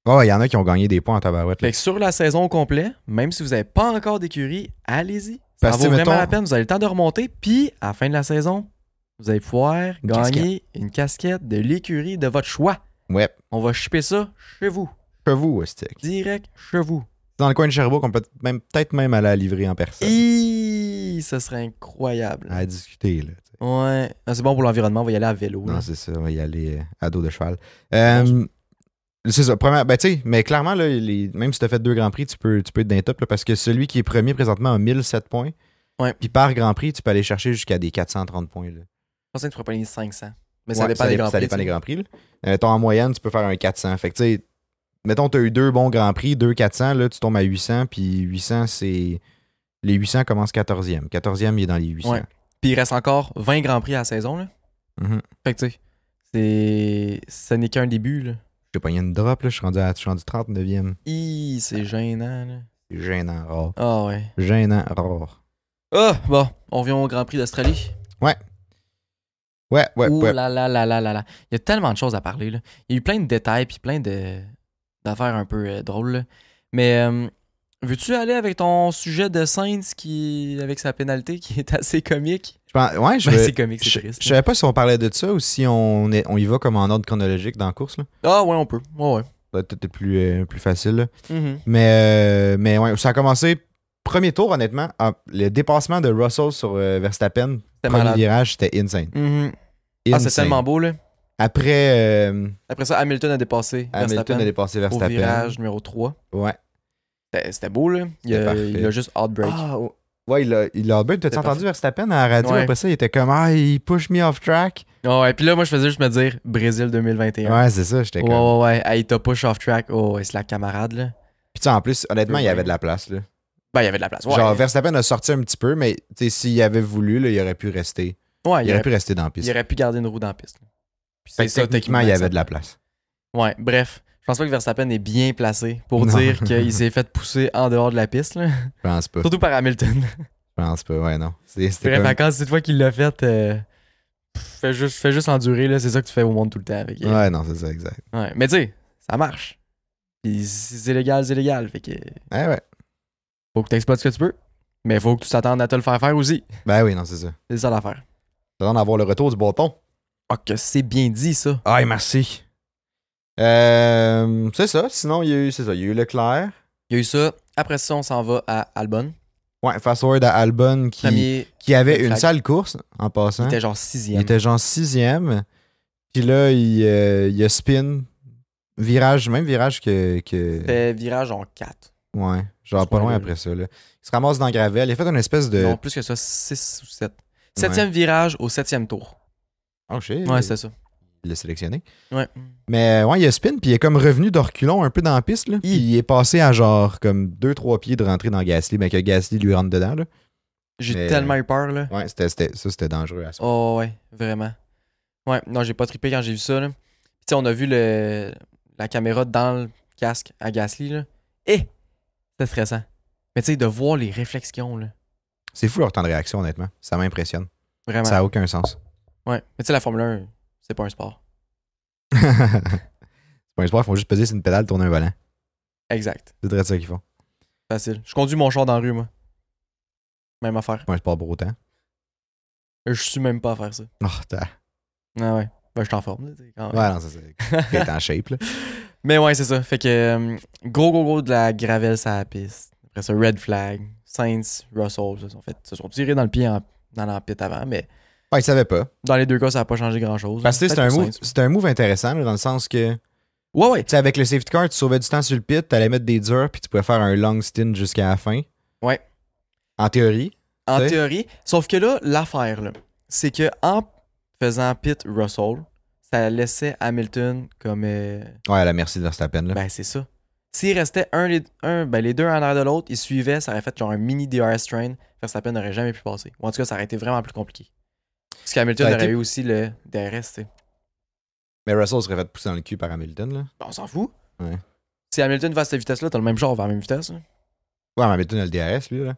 B: Ouais, il y en a qui ont gagné des points en tabarouette. là.
A: Fait que sur la saison au complet, même si vous n'avez pas encore d'écurie, allez-y. Ça
B: Parce que,
A: vaut vraiment
B: mettons-
A: la peine, vous avez le temps de remonter, puis à la fin de la saison, vous allez pouvoir
B: Une
A: gagner une casquette de l'écurie de votre choix.
B: Ouais.
A: On va choper ça chez vous.
B: Chez vous, stick.
A: direct chez vous.
B: Dans le coin de Sherbrooke, on peut même, peut-être même aller à la livrer en personne.
A: Hi, ce serait incroyable.
B: À discuter, là.
A: Ouais, Ah, c'est bon pour l'environnement, on va y aller à vélo. là.
B: Non, c'est ça, on va y aller euh, à dos de cheval. Euh, c'est ça, première, ben, tu sais, mais clairement, là, les- même si tu as fait deux Grands Prix, tu peux, tu peux être d'un top, là, parce que celui qui est premier présentement a 1007 points.
A: Ouais.
B: Puis par Grand Prix, tu peux aller chercher jusqu'à des 430 points. là.
A: Je pensais que tu ferais pas les 500. Mais
B: Ouais,
A: ça dépend des grands
B: Ça
A: prix.
B: dépend
A: tu
B: des
A: sais.
B: Grands Prix. là. Euh, mettons, en moyenne, tu peux faire un 400. Fait que, tu sais, mettons, tu as eu deux bons Grands Prix, deux 400, là, tu tombes à 800, puis 800, c'est. Les 800 commencent 14e. 14e, il est dans les 800.
A: Ouais. Puis il reste encore 20 grands prix à la saison. Là.
B: Mhm.
A: Fait que tu sais, c'est... ce n'est qu'un début. Là.
B: J'ai pogné une drop, là, je suis rendu, à- je suis rendu 39e.
A: Hi, c'est gênant. Là.
B: C'est gênant, rare.
A: Ah ouais.
B: Gênant, rare.
A: Ah, bon, on revient au Grand Prix d'Australie.
B: Ouais, ouais,
A: Ouh
B: ouais.
A: là là là là là là. Il y a tellement de choses à parler. Là. Il y a eu plein de détails puis plein de d'affaires un peu euh, drôles. là. Mais euh, veux-tu aller avec ton sujet de Sainz qui avec sa pénalité qui est assez comique
B: Je pense- ouais, je,
A: Ben,
B: veux-
A: c'est comique,
B: je-
A: c'est triste.
B: je savais pas si on parlait de ça ou si on, est- on y va comme en ordre chronologique dans la course. Là.
A: Ah ouais, on peut. Ouais ouais.
B: Ça va être peut-être plus, euh, plus facile. là.
A: Mhm.
B: Mais, euh, mais ouais, ça a commencé. Premier tour, honnêtement, ah, le dépassement de Russell sur euh, Verstappen,
A: C'était
B: premier
A: malade.
B: virage, c'était insane.
A: Mhm. Ah,
B: Insane.
A: c'est tellement beau là.
B: Après, euh,
A: Après ça, Hamilton a dépassé
B: Hamilton
A: Verstappen
B: a dépassé
A: au
B: Verstappen.
A: virage numéro 3.
B: Ouais.
A: C'était c'était beau là. Il
B: C'était
A: a,
B: parfait.
A: il a juste outbreak.
B: Ah, ouais, ouais, il a, il a tu
A: C'est
B: t'as entendu
A: parfait.
B: Verstappen à la radio?
A: Ouais.
B: Après ça, il était comme, ah, il push me off track.
A: Ah ouais, puis là moi je faisais juste me dire Brésil 2021.
B: Ouais, c'est ça, j'étais
A: Ouais,
B: comme.
A: ouais, ouais. Hey, t'as push off track. Oh, ouais, c'est la camarade, là.
B: Puis tu sais, en plus, honnêtement, il y
A: Ouais.
B: avait de la place, là.
A: Ben, il y avait de la place. Ouais,
B: Genre, Verstappen a sorti un petit peu, mais tu sais, s'il avait voulu, là, il aurait pu
A: ouais,
B: rester.
A: il,
B: Il, aurait
A: aurait
B: pu rester dans la
A: pu...
B: piste.
A: il aurait pu garder une roue dans la piste. là. Puis
B: Fait que techniquement, il y avait de la place.
A: Ouais, bref. Je pense pas que Verstappen est bien placé pour
B: Non. [LAUGHS]
A: dire qu'il s'est fait pousser en dehors de la piste, là.
B: Je pense pas.
A: Surtout par Hamilton.
B: Je Je pense pas, ouais, non. [LAUGHS] C'est- C'était
A: Bref,
B: comme-
A: à quand c'est toi qui l'as fait, euh, pff, fais, juste, fais juste endurer, là, c'est ça que tu fais au monde tout le temps. fait que-
B: Ouais, non, c'est ça, exact.
A: ouais. Mais tu sais, ça marche. Puis si c'est légal, c'est légal. Fait que
B: Ouais, Eh ouais.
A: faut que tu exploites ce que tu peux, mais faut que tu t'attendes à te le faire faire aussi.
B: Ben oui, non, c'est ça.
A: C'est ça l'affaire.
B: J'attends d'avoir le retour du bâton.
A: Ah, que c'est bien dit, ça.
B: Ah, merci. Euh, c'est ça. Sinon, il y a eu, c'est ça, il y a eu Leclerc.
A: Il y a eu ça. Après ça, on s'en va à Albon.
B: Ouais, fast forward à Albon qui,
A: Premier,
B: qui avait
A: Red
B: une
A: flag.
B: sale course en
A: il
B: passant.
A: était genre sixième.
B: Il était euh, genre sixième. Puis là, il, euh, il a spin. Virage, même virage que. que-
A: C'était virage en 4.
B: Ouais. Genre
A: C'est
B: pas loin
A: pas
B: après ça. Là. Il se ramasse dans Gravel. Il a fait une espèce de.
A: Non, plus que ça, 6 ou 7. Septième virage au septième tour.
B: Oh shit.
A: Ouais, c'était ça.
B: il l'a sélectionné.
A: Ouais.
B: Mais euh, ouais, il a spin. Puis il est comme revenu de reculons un peu dans la piste. Là. Puis
A: Hi.
B: il est passé à genre comme 2-3 pieds de rentrer dans Gasly. Mais que Gasly lui rentre dedans. Là.
A: J'ai
B: Mais-
A: tellement eu peur, là.
B: Ouais, c'était, c'était- ça c'était dangereux à ça.
A: Oh, ouais, vraiment. Ouais, non, j'ai pas trippé quand j'ai vu ça, là. Puis, tu sais, on a vu le... la caméra dans le casque à Gasly, là. Et c'était stressant. Mais, tu sais, de voir les réflexes qu'ils ont, là.
B: C'est fou leur temps de réaction, honnêtement. Ça m'impressionne.
A: Vraiment.
B: Ça n'a aucun sens. [LAUGHS]
A: Ouais. Mais, tu sais, la Formule 1, c'est pas un sport.
B: c'est pas un sport, ils font juste peser sur une pédale, tourner un volant.
A: Exact.
B: C'est très ça qu'ils font.
A: Facile. Je conduis mon char dans la rue, moi. Même affaire.
B: C'est pas un sport pour autant.
A: Je suis même pas à faire ça.
B: Oh, t'as-
A: Ah ouais. Ben, je t'en forme, là, tu sais, quand même.
B: Ouais, non, ça c'est. T'es en shape, là.
A: Mais ouais, c'est ça. Fait que euh, gros, gros, gros de la gravelle sur la piste. Après ça, red flag. Saints, Russell se sont, fait, se sont tirés dans le pied en- dans la pit avant, mais
B: Ouais, il savait pas.
A: dans les deux cas, ça n'a pas changé grand chose.
B: Parce que tu sais, c'est un, move-
A: mot.
B: c'est un move intéressant, là, dans le sens que, tu
A: Ouais, ouais.
B: sais, avec le safety car, tu sauvais du temps sur le pit, t'allais mettre des durs, puis tu pouvais faire un long stint jusqu'à la fin.
A: Ouais.
B: En théorie.
A: En
B: T'sais.
A: théorie. Sauf que là, l'affaire, là, c'est que en faisant pit Russell, ça laissait Hamilton comme. euh,
B: Ouais, à la merci de Verstappen, là.
A: ben, c'est ça. S'il restait un, les, un, ben, les deux en arrière de l'autre, ils suivaient, ça aurait fait genre un mini DRS train. Verstappen n'aurait jamais pu passer. Ou en tout cas, ça aurait été vraiment plus compliqué. Parce qu'Hamilton
B: Ça a
A: aurait
B: été-
A: eu aussi le DRS, tu sais.
B: Mais Russell serait fait pousser dans le cul par Hamilton, là.
A: Ben, on s'en fout.
B: Ouais.
A: Si Hamilton va à cette vitesse-là, t'as le même genre vers la même vitesse. hein.
B: Ouais, mais Hamilton a le DRS, lui, là.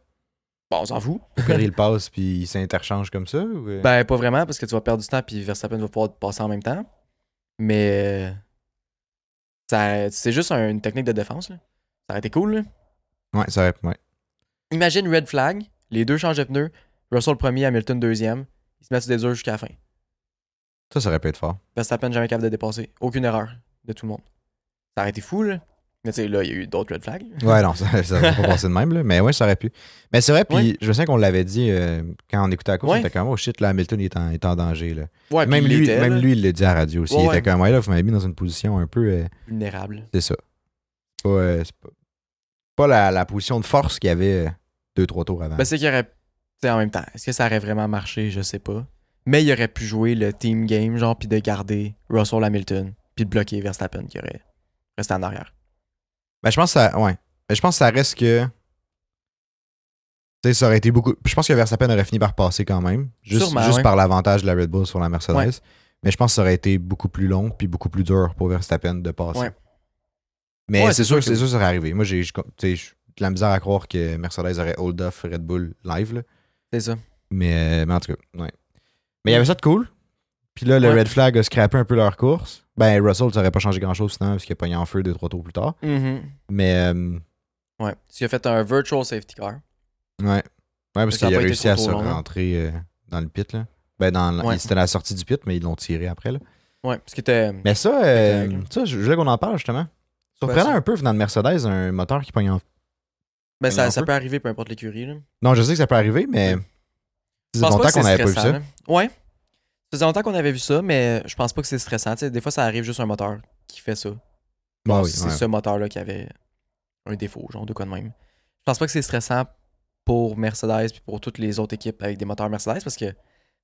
A: Bon, on s'en fout.
B: Au pire, il passe, puis il s'interchange comme ça, ou... euh?
A: Ben, pas vraiment, parce que tu vas perdre du temps, puis Verstappen va pouvoir te passer en même temps. Mais. euh, ça- C'est juste un- une technique de défense, là. Ça aurait été cool, là. Ben.
B: Ouais, ça aurait... Ouais.
A: Imagine red flag, les deux changent de pneus, Russell premier, Hamilton deuxième, ils se mettent sur des durs jusqu'à la fin.
B: Ça, ça aurait pu être fort.
A: Verstappen jamais capable de dépasser. Aucune erreur de tout le monde. Ça aurait été fou, là. Mais tu sais, là, il y a eu d'autres red flags.
B: Ouais, non, ça ça aurait pas passé de même, là. Mais ouais, ça aurait pu. Mais c'est vrai, puis
A: Ouais.
B: je me souviens qu'on l'avait dit euh, quand on écoutait la course,
A: Ouais.
B: on était comme, oh shit, là, Hamilton est en, est en danger, là.
A: Ouais,
B: même
A: puis il
B: lui,
A: était,
B: même
A: là,
B: lui, il le dit à la radio aussi.
A: Ouais,
B: il
A: ouais.
B: était comme, ouais, là, vous m'avez mis dans une position un peu. euh,
A: vulnérable.
B: c'est ça. C'est pas, euh, c'est pas, pas la, la position de force qu'il y avait euh, deux, trois tours avant.
A: Ben, c'est qu'il aurait. Tu sais, en même temps, est-ce que ça aurait vraiment marché Je sais pas. Mais il aurait pu jouer le team game, genre, puis de garder Russell Hamilton, puis de bloquer Verstappen qui aurait resté en arrière.
B: Ben, je pense que ça, ouais. Ben, je pense que ça reste que. Tu sais, ça aurait été beaucoup. Je pense que Verstappen aurait fini par passer quand même. Juste,
A: Sûrement,
B: juste
A: ouais.
B: par l'avantage de la Red Bull sur la Mercedes.
A: Ouais.
B: Mais je pense que ça aurait été beaucoup plus long puis beaucoup plus dur pour Verstappen de passer.
A: Ouais.
B: Mais
A: Ouais,
B: c'est
A: c'est sûr
B: sûr, que c'est sûr que ça aurait arrivé. Moi, j'ai j'ai- tu sais, j'ai de la misère à croire que Mercedes aurait hold off Red Bull live. là.
A: C'est ça.
B: Mais, euh, mais en tout cas, ouais. Mais il y avait ça de cool. Puis là, le
A: Ouais.
B: Red Flag a scrappé un peu leur course. Ben, Russell, ça aurait pas changé grand-chose sinon, parce qu'il a pogné en feu deux, trois tours plus tard. Mais, euh,
A: Ouais. Tu as fait un virtual safety car.
B: ouais. Ouais, parce
A: Ça a
B: qu'il a
A: pas été
B: réussi
A: trop,
B: à
A: trop
B: se
A: long, hein.
B: rentrer euh, dans le pit, là. Ben, dans la-
A: Ouais.
B: c'était la sortie du pit, mais ils l'ont tiré après, là.
A: Ouais. Ce qui était.
B: Mais ça, euh,
A: correct, là.
B: ça, je je voulais qu'on en parle, justement. Surprenant
A: ça.
B: un peu, venant de Mercedes, un moteur qui pogne en feu.
A: Ben,
B: un
A: ça, ça
B: peu.
A: peut arriver, peu importe l'écurie, là.
B: Non, je sais que ça peut arriver, mais...
A: Ouais.
B: C'est longtemps qu'on n'avait pas vu ça.
A: là. Ouais. Ça faisait longtemps qu'on avait vu ça, mais je pense pas que c'est stressant. Tu sais, des fois, ça arrive juste un moteur qui fait ça.
B: Bah
A: Bon,
B: oui,
A: c'est
B: ouais.
A: ce moteur-là qui avait un défaut, genre de quoi de même. Je pense pas que c'est stressant pour Mercedes puis pour toutes les autres équipes avec des moteurs Mercedes parce que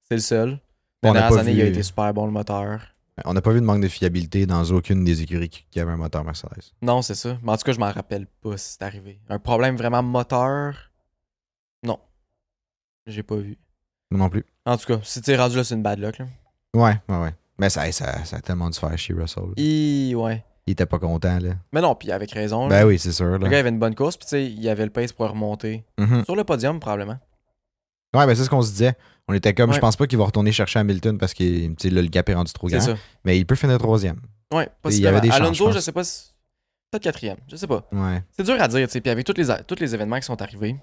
A: c'est le seul.
B: On
A: Dans
B: n'a
A: les
B: pas
A: dernières années, il a
B: vu-
A: été super bon le moteur.
B: On n'a pas vu de manque de fiabilité dans aucune des écuries qui, qui avait un moteur Mercedes.
A: Non, c'est ça. Mais en tout cas, je m'en rappelle pas si c'est arrivé. Un problème vraiment moteur. Non. J'ai pas vu.
B: Moi non plus.
A: En tout cas, si t'es rendu là, c'est une bad luck. Là.
B: Ouais, ouais, ouais. Mais ça, ça, ça a tellement dû faire chez Russell. Il...
A: Hi, ouais.
B: était pas content, là.
A: Mais non, puis avec raison. là.
B: Ben oui, c'est sûr,
A: Le gars
B: là.
A: avait une bonne course, puis tu sais, il avait le pace pour remonter.
B: Mhm.
A: Sur le podium, probablement.
B: Ouais, ben c'est ce qu'on se disait. On était comme,
A: Ouais.
B: je pense pas qu'il va retourner chercher Hamilton parce que tu sais, là, le gap est rendu trop
A: C'est
B: grand.
A: ça.
B: Mais il peut finir troisième.
A: Ouais,
B: Il y avait
A: possiblement.
B: des chances, je
A: Alonso,
B: pense.
A: je sais pas si. Peut-être quatrième, je sais pas.
B: Ouais.
A: C'est dur à dire, tu sais. Puis avec tous les, tous les événements qui sont arrivés,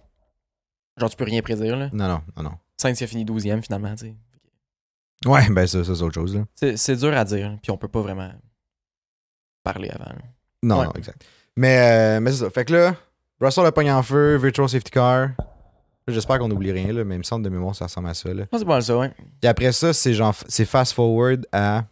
A: genre, tu peux rien prédire, là.
B: Non, non, non, non.
A: Sainz il a fini 12e finalement, tu sais.
B: Ouais, ben ça, ça, c'est autre chose. Là.
A: C'est- C'est dur à dire, puis on peut pas vraiment parler avant. là.
B: Non,
A: Ouais.
B: non, exact. Mais, euh, mais c'est ça. Fait que là, Russell a pogné en feu, Virtual Safety Car. Là, J'espère qu'on n'oublie rien, là, mais il me semble de mémoire, ça ressemble à ça. Là.
A: Je pense que c'est pas mal ça, ouais.
B: Et après ça, c'est genre c'est fast forward à.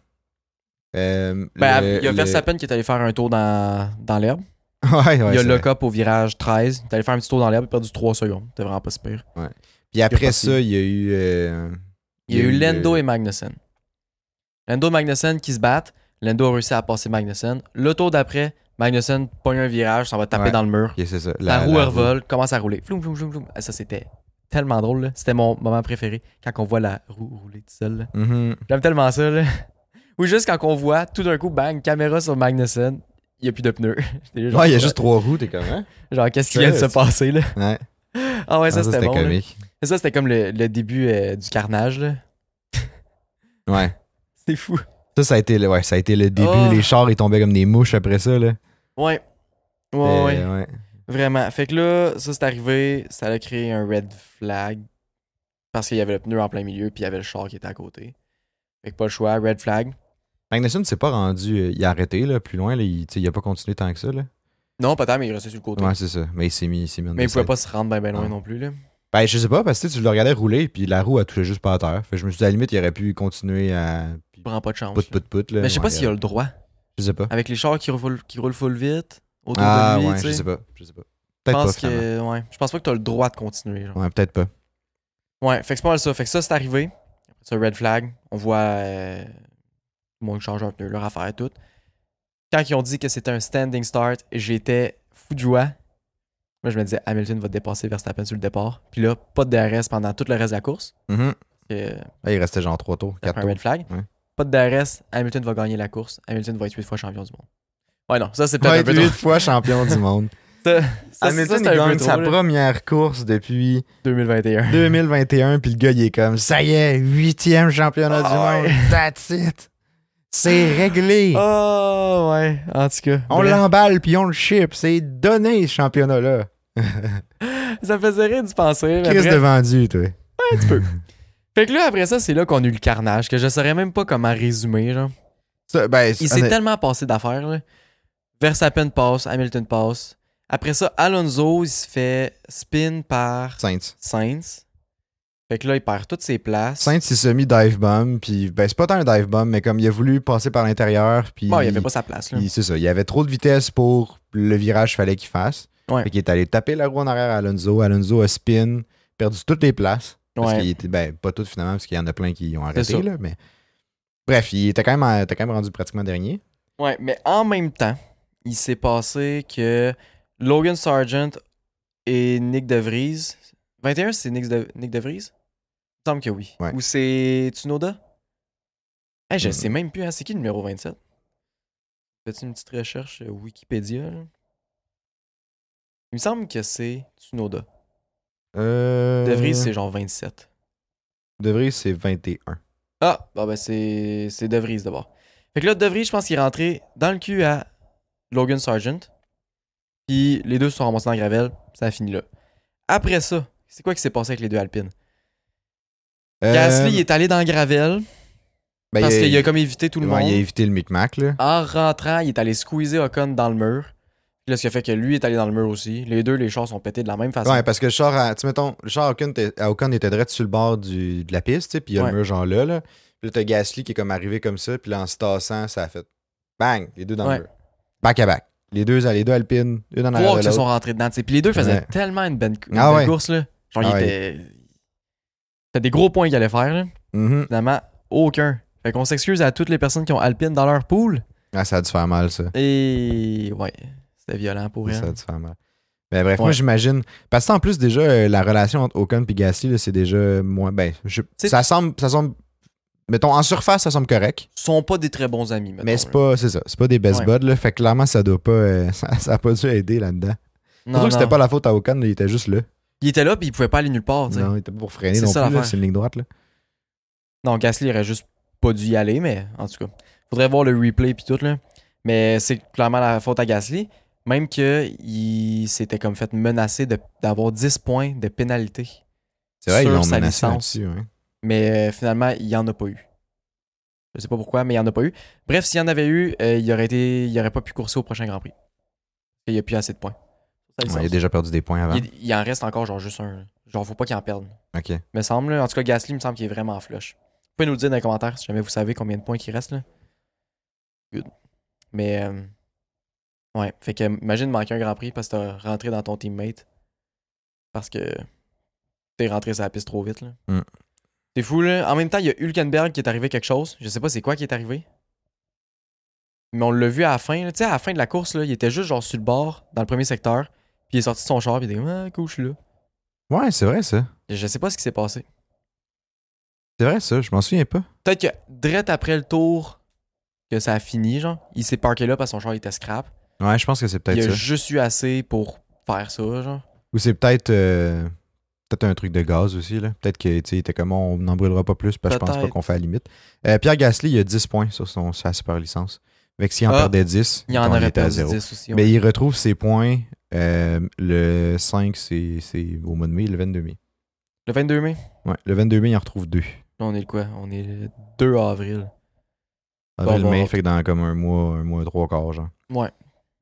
B: euh,
A: Ben,
B: le-
A: il y a
B: le-
A: Verstappen qui est allé faire un tour dans, dans l'herbe.
B: [LAUGHS] Ouais, ouais,
A: il y a
B: c'est vrai.
A: Lockup au virage 13. Il est allé faire un petit tour dans l'herbe, il a perdu 3 secondes. C'était vraiment pas si pire.
B: Puis
A: il y a
B: après
A: parti.
B: ça, il y a eu. euh,
A: Il y a eu euh, Lando
B: le-
A: et Magnussen. Lando et Magnussen qui se battent. Lando a réussi à passer Magnussen. Le tour d'après, Magnussen pogne un virage, s'en va taper
B: Ouais.
A: dans le mur.
B: Ok, c'est ça.
A: La, roue elle revole, commence à rouler. Floum, floum, floum, floum. Ah, Ça, c'était tellement drôle. là. C'était mon moment préféré quand on voit la roue rouler tout seul. là.
B: Mhm.
A: J'aime tellement ça. Là. [LAUGHS] Ou juste quand on voit tout d'un coup, bang, caméra sur Magnussen, il n'y a plus de pneus. [LAUGHS] J'étais
B: Ouais, il y a juste trois roues, t'es comme.
A: [LAUGHS]
B: Hein?
A: Genre, qu'est-ce qui vient de se passer là? [LAUGHS]
B: Ouais.
A: Ah ouais, ça,
B: Ah,
A: c'était bon. là.
B: comique.
A: Et Ça, c'était comme le, le début euh, du carnage. là.
B: Ouais.
A: C'est fou.
B: Ça, ça a été le, ouais, ça a été le début.
A: Oh.
B: Les chars, ils tombaient comme des mouches après ça. Là.
A: Ouais. Ouais,
B: Euh,
A: ouais.
B: ouais.
A: Vraiment. Fait que là, ça c'est arrivé, ça a créé un red flag. Parce qu'il y avait le pneu en plein milieu, puis il y avait le char qui était à côté. Fait que pas le choix, red flag.
B: Magnussen ne s'est pas rendu. euh, il a arrêté là, plus loin. Là, il n'a pas continué tant que ça. Là.
A: Non, peut-être, mais il restait sur le côté.
B: Ouais, c'est ça. Mais il s'est mis, il s'est mis en
A: mais il pouvait
B: dessous.
A: pas se rendre bien ben loin
B: Ah.
A: non plus. Là.
B: Ben, je sais pas, parce que tu sais, tu le regardais rouler, puis la roue, elle touchait juste pas à terre. Fait que je me suis dit, à la limite, il aurait pu continuer à.
A: Il prend pas de chance.
B: Put,
A: là.
B: put, put. Là.
A: mais je sais pas
B: Ouais,
A: s'il a le droit.
B: Je sais pas.
A: Avec les chars qui roulent, qui roulent full vite, autour
B: Ah,
A: de lui,
B: ouais,
A: tu
B: je
A: sais.
B: sais pas. Je sais pas.
A: Je
B: Peut-être pas.
A: pense
B: finalement.
A: que. Ouais. Je pense pas que t'as le droit de continuer. genre.
B: Ouais, peut-être pas.
A: Ouais, fait que c'est pas mal ça. Fait que ça, c'est arrivé. Après ça, red flag. On voit euh, tout le monde qui change un pneu, leur affaire et tout. Quand ils ont dit que c'était un standing start, j'étais fou de joie. Moi, je me disais, Hamilton va dépasser Verstappen sur le départ. Puis là, pas de DRS pendant tout le reste de la course.
B: Mhm.
A: Euh,
B: Là, il restait genre trois tours,
A: ça fait
B: quatre
A: un
B: tours.
A: red flag.
B: Ouais.
A: Pas de DRS, Hamilton va gagner la course. Hamilton va être 8 fois champion du monde. Ouais, non, ça, c'est peut-être
B: Ouais,
A: un peu
B: huit
A: trop.
B: fois champion du [LAUGHS] monde.
A: Ça, c'est- ça,
B: Hamilton,
A: c'est
B: il
A: un peu
B: gagne
A: trop,
B: sa
A: là.
B: première course depuis
A: 2021.
B: 2021, puis le gars, il est comme ça y est, huitième championnat
A: Ah
B: du
A: ouais.
B: monde. That's it. C'est réglé.
A: Ah. Oh, ouais, en tout cas.
B: on
A: bref.
B: l'emballe, puis on le ship. C'est donné, ce championnat-là.
A: Ça me faisait rire d'y penser. mais
B: Chris
A: bref.
B: de vendu, toi.
A: Fait que là, après ça, c'est là qu'on a eu le carnage, que je saurais même pas comment résumer. Genre.
B: Ça, ben,
A: Il s'est tellement passé d'affaires. là. Verstappen passe, Hamilton passe. Après ça, Alonso, il se fait spin par
B: Saints.
A: Sainz. Fait que là, il perd toutes ses places.
B: Saints, il s'est mis dive bomb, puis ben, c'est pas tant un dive bomb, mais comme il a voulu passer par l'intérieur, puis.
A: Bon, il avait pas sa place. Là.
B: il- C'est ça, il avait trop de vitesse pour le virage qu'il fallait qu'il fasse.
A: Ouais.
B: Fait qu'il est allé taper la roue en arrière à Alonso. Alonso a spin, perdu toutes les places. Parce
A: Ouais.
B: qu'il était, ben, pas toutes finalement, parce qu'il y en a plein qui ont
A: C'est ça.
B: arrêté, là, mais. Bref, il était quand même, en- était quand même rendu pratiquement dernier.
A: Ouais, mais en même temps, il s'est passé que Logan Sargent et Nick DeVries. 21, c'est Nick, de... Nick DeVries Il me semble que oui.
B: Ouais.
A: Ou c'est Tsunoda Eh, Je
B: Hmm.
A: sais même plus, hein. c'est qui le numéro 27 Fais-tu une petite recherche euh, Wikipédia là? Il me semble que c'est Tsunoda.
B: Euh...
A: DeVries, c'est genre 27.
B: De Vries, c'est 21.
A: Ah, bah ben c'est c'est De Vries d'abord. Fait que là, De Vries, je pense qu'il est rentré dans le cul à Logan Sargent. Puis les deux se sont ramassés dans la Gravel. Ça a fini là. Après ça, c'est quoi qui s'est passé avec les deux Alpines?
B: Euh,
A: Gasly est allé dans le Gravel
B: ben,
A: parce qu'il a comme évité tout le
B: ouais,
A: monde.
B: Il a évité le micmac, là.
A: En rentrant, il est allé squeezer Ocon dans le mur. Puis Là, ce qui a fait que lui est allé dans le mur aussi. Les deux, les chars sont pétés de la même façon.
B: Ouais, parce que le char, à- tu sais, mettons, le char à Ocon, était- à Ocon était direct sur le bord du- de la piste, tu sais, puis il y a
A: Ouais.
B: le mur genre là, là. Puis là, t'as Gasly qui est comme arrivé comme ça, puis là, en se tassant, ça a fait bang, les deux dans
A: Ouais.
B: le mur. Back à back. Les deux, les deux alpines, une en
A: Voir
B: arrière de
A: qu'ils se
B: l'autre.
A: sont rentrés dedans. tu sais. Puis les deux faisaient
B: Ouais.
A: tellement une bonne, une
B: Ah
A: bonne
B: ouais.
A: course. Là. Genre,
B: Ah
A: il
B: ouais.
A: était. C'était des gros points qu'il allait faire. Là.
B: Mhm.
A: Finalement, aucun. Fait qu'on s'excuse à toutes les personnes qui ont Alpine dans leur pool.
B: Ah, ça a dû faire mal, ça.
A: Et ouais, c'était violent pour
B: Ça a
A: elle.
B: dû faire mal. Ben, bref,
A: Ouais.
B: moi, j'imagine. Parce que en plus, déjà, euh, la relation entre Ocon et Gasly, là, c'est déjà moins. Ben, je-
A: C'est-
B: ça semble. Ça semble Mettons, en surface, ça semble correct.
A: Ils sont pas des très bons amis, mettons,
B: mais c'est
A: là.
B: pas, c'est ça, c'est pas des best
A: Ouais.
B: buds, là. Fait que [LAUGHS] clairement, ça doit pas, euh, ça, ça a pas dû aider là-dedans.
A: Non,
B: Surtout que
A: non.
B: c'était pas la faute à Ocon, il était juste là.
A: Il était là, puis il pouvait pas aller nulle part. tu sais.
B: Non, il était pas pour freiner
A: C'est
B: non
A: ça
B: plus. là,
A: l'affaire.
B: C'est une ligne droite. Là.
A: Non, Gasly aurait juste pas dû y aller, mais en tout cas. Faudrait voir le replay puis tout, là. Mais c'est clairement la faute à Gasly. Même que il s'était comme fait menacer de- d'avoir 10 points de pénalité.
B: C'est vrai, ils
A: Sur
B: l'ont
A: sa
B: menacé hein,
A: licence.
B: là-dessus. ouais.
A: Mais euh, finalement, il n'y en a pas eu. Je sais pas pourquoi, mais il n'y en a pas eu. Bref, s'il y en avait eu, euh, il aurait été. Il aurait pas pu courser au prochain Grand Prix. Il n'y a plus assez de points. Ça,
B: Ouais, il a déjà perdu des points avant.
A: il, il en reste encore genre juste un. Genre, faut pas qu'il en perde.
B: Ok.
A: Me semble. là. En tout cas, Gasly, me semble qu'il est vraiment flush. Vous pouvez nous le dire dans les commentaires si jamais vous savez combien de points il reste. Là. Good. Mais. euh, ouais. Fait que, imagine manquer un grand prix parce que t'as rentré dans ton teammate. Parce que. T'es rentré sur la piste trop vite. Là.
B: Mm.
A: C'est fou, là. En même temps, il y a Hülkenberg qui est arrivé quelque chose. Je sais pas c'est quoi qui est arrivé. Mais on l'a vu à la fin. là. Tu sais, à la fin de la course, là, il était juste genre sur le bord, dans le premier secteur. Puis il est sorti de son char, puis il était comme, ah, cool, je suis là.
B: Ouais, c'est vrai ça.
A: Je sais pas ce qui s'est passé.
B: C'est vrai ça, je m'en souviens pas.
A: Peut-être que direct après le tour que ça a fini, genre, il s'est parké là parce que son char était scrap.
B: Ouais, je pense que c'est
A: Il
B: peut-être
A: a
B: ça.
A: juste eu assez pour faire ça, genre.
B: Ou c'est peut-être euh, peut-être un truc de gaz aussi. là. Peut-être qu'il était comme on n'en brûlera pas plus parce que je pense pas
A: Peut-être.
B: qu'on fait la limite. Euh, Pierre Gasly, il a 10 points sur son, sa super licence. Fait que s'il en
A: Ah.
B: perdait 10,
A: Il en
B: on
A: aurait
B: était à
A: perdu
B: 0.
A: 10 aussi.
B: Mais
A: ouais.
B: il retrouve ses points. euh, le 5, c'est c'est au mois de mai, le 22 mai.
A: Le 22 mai,
B: Ouais, le 22 mai, il en retrouve 2.
A: là, on est le quoi On est le 2 avril.
B: Avril,
A: Bon,
B: mai,
A: bon.
B: fait que dans comme un mois, un mois, trois quarts, genre.
A: Ouais.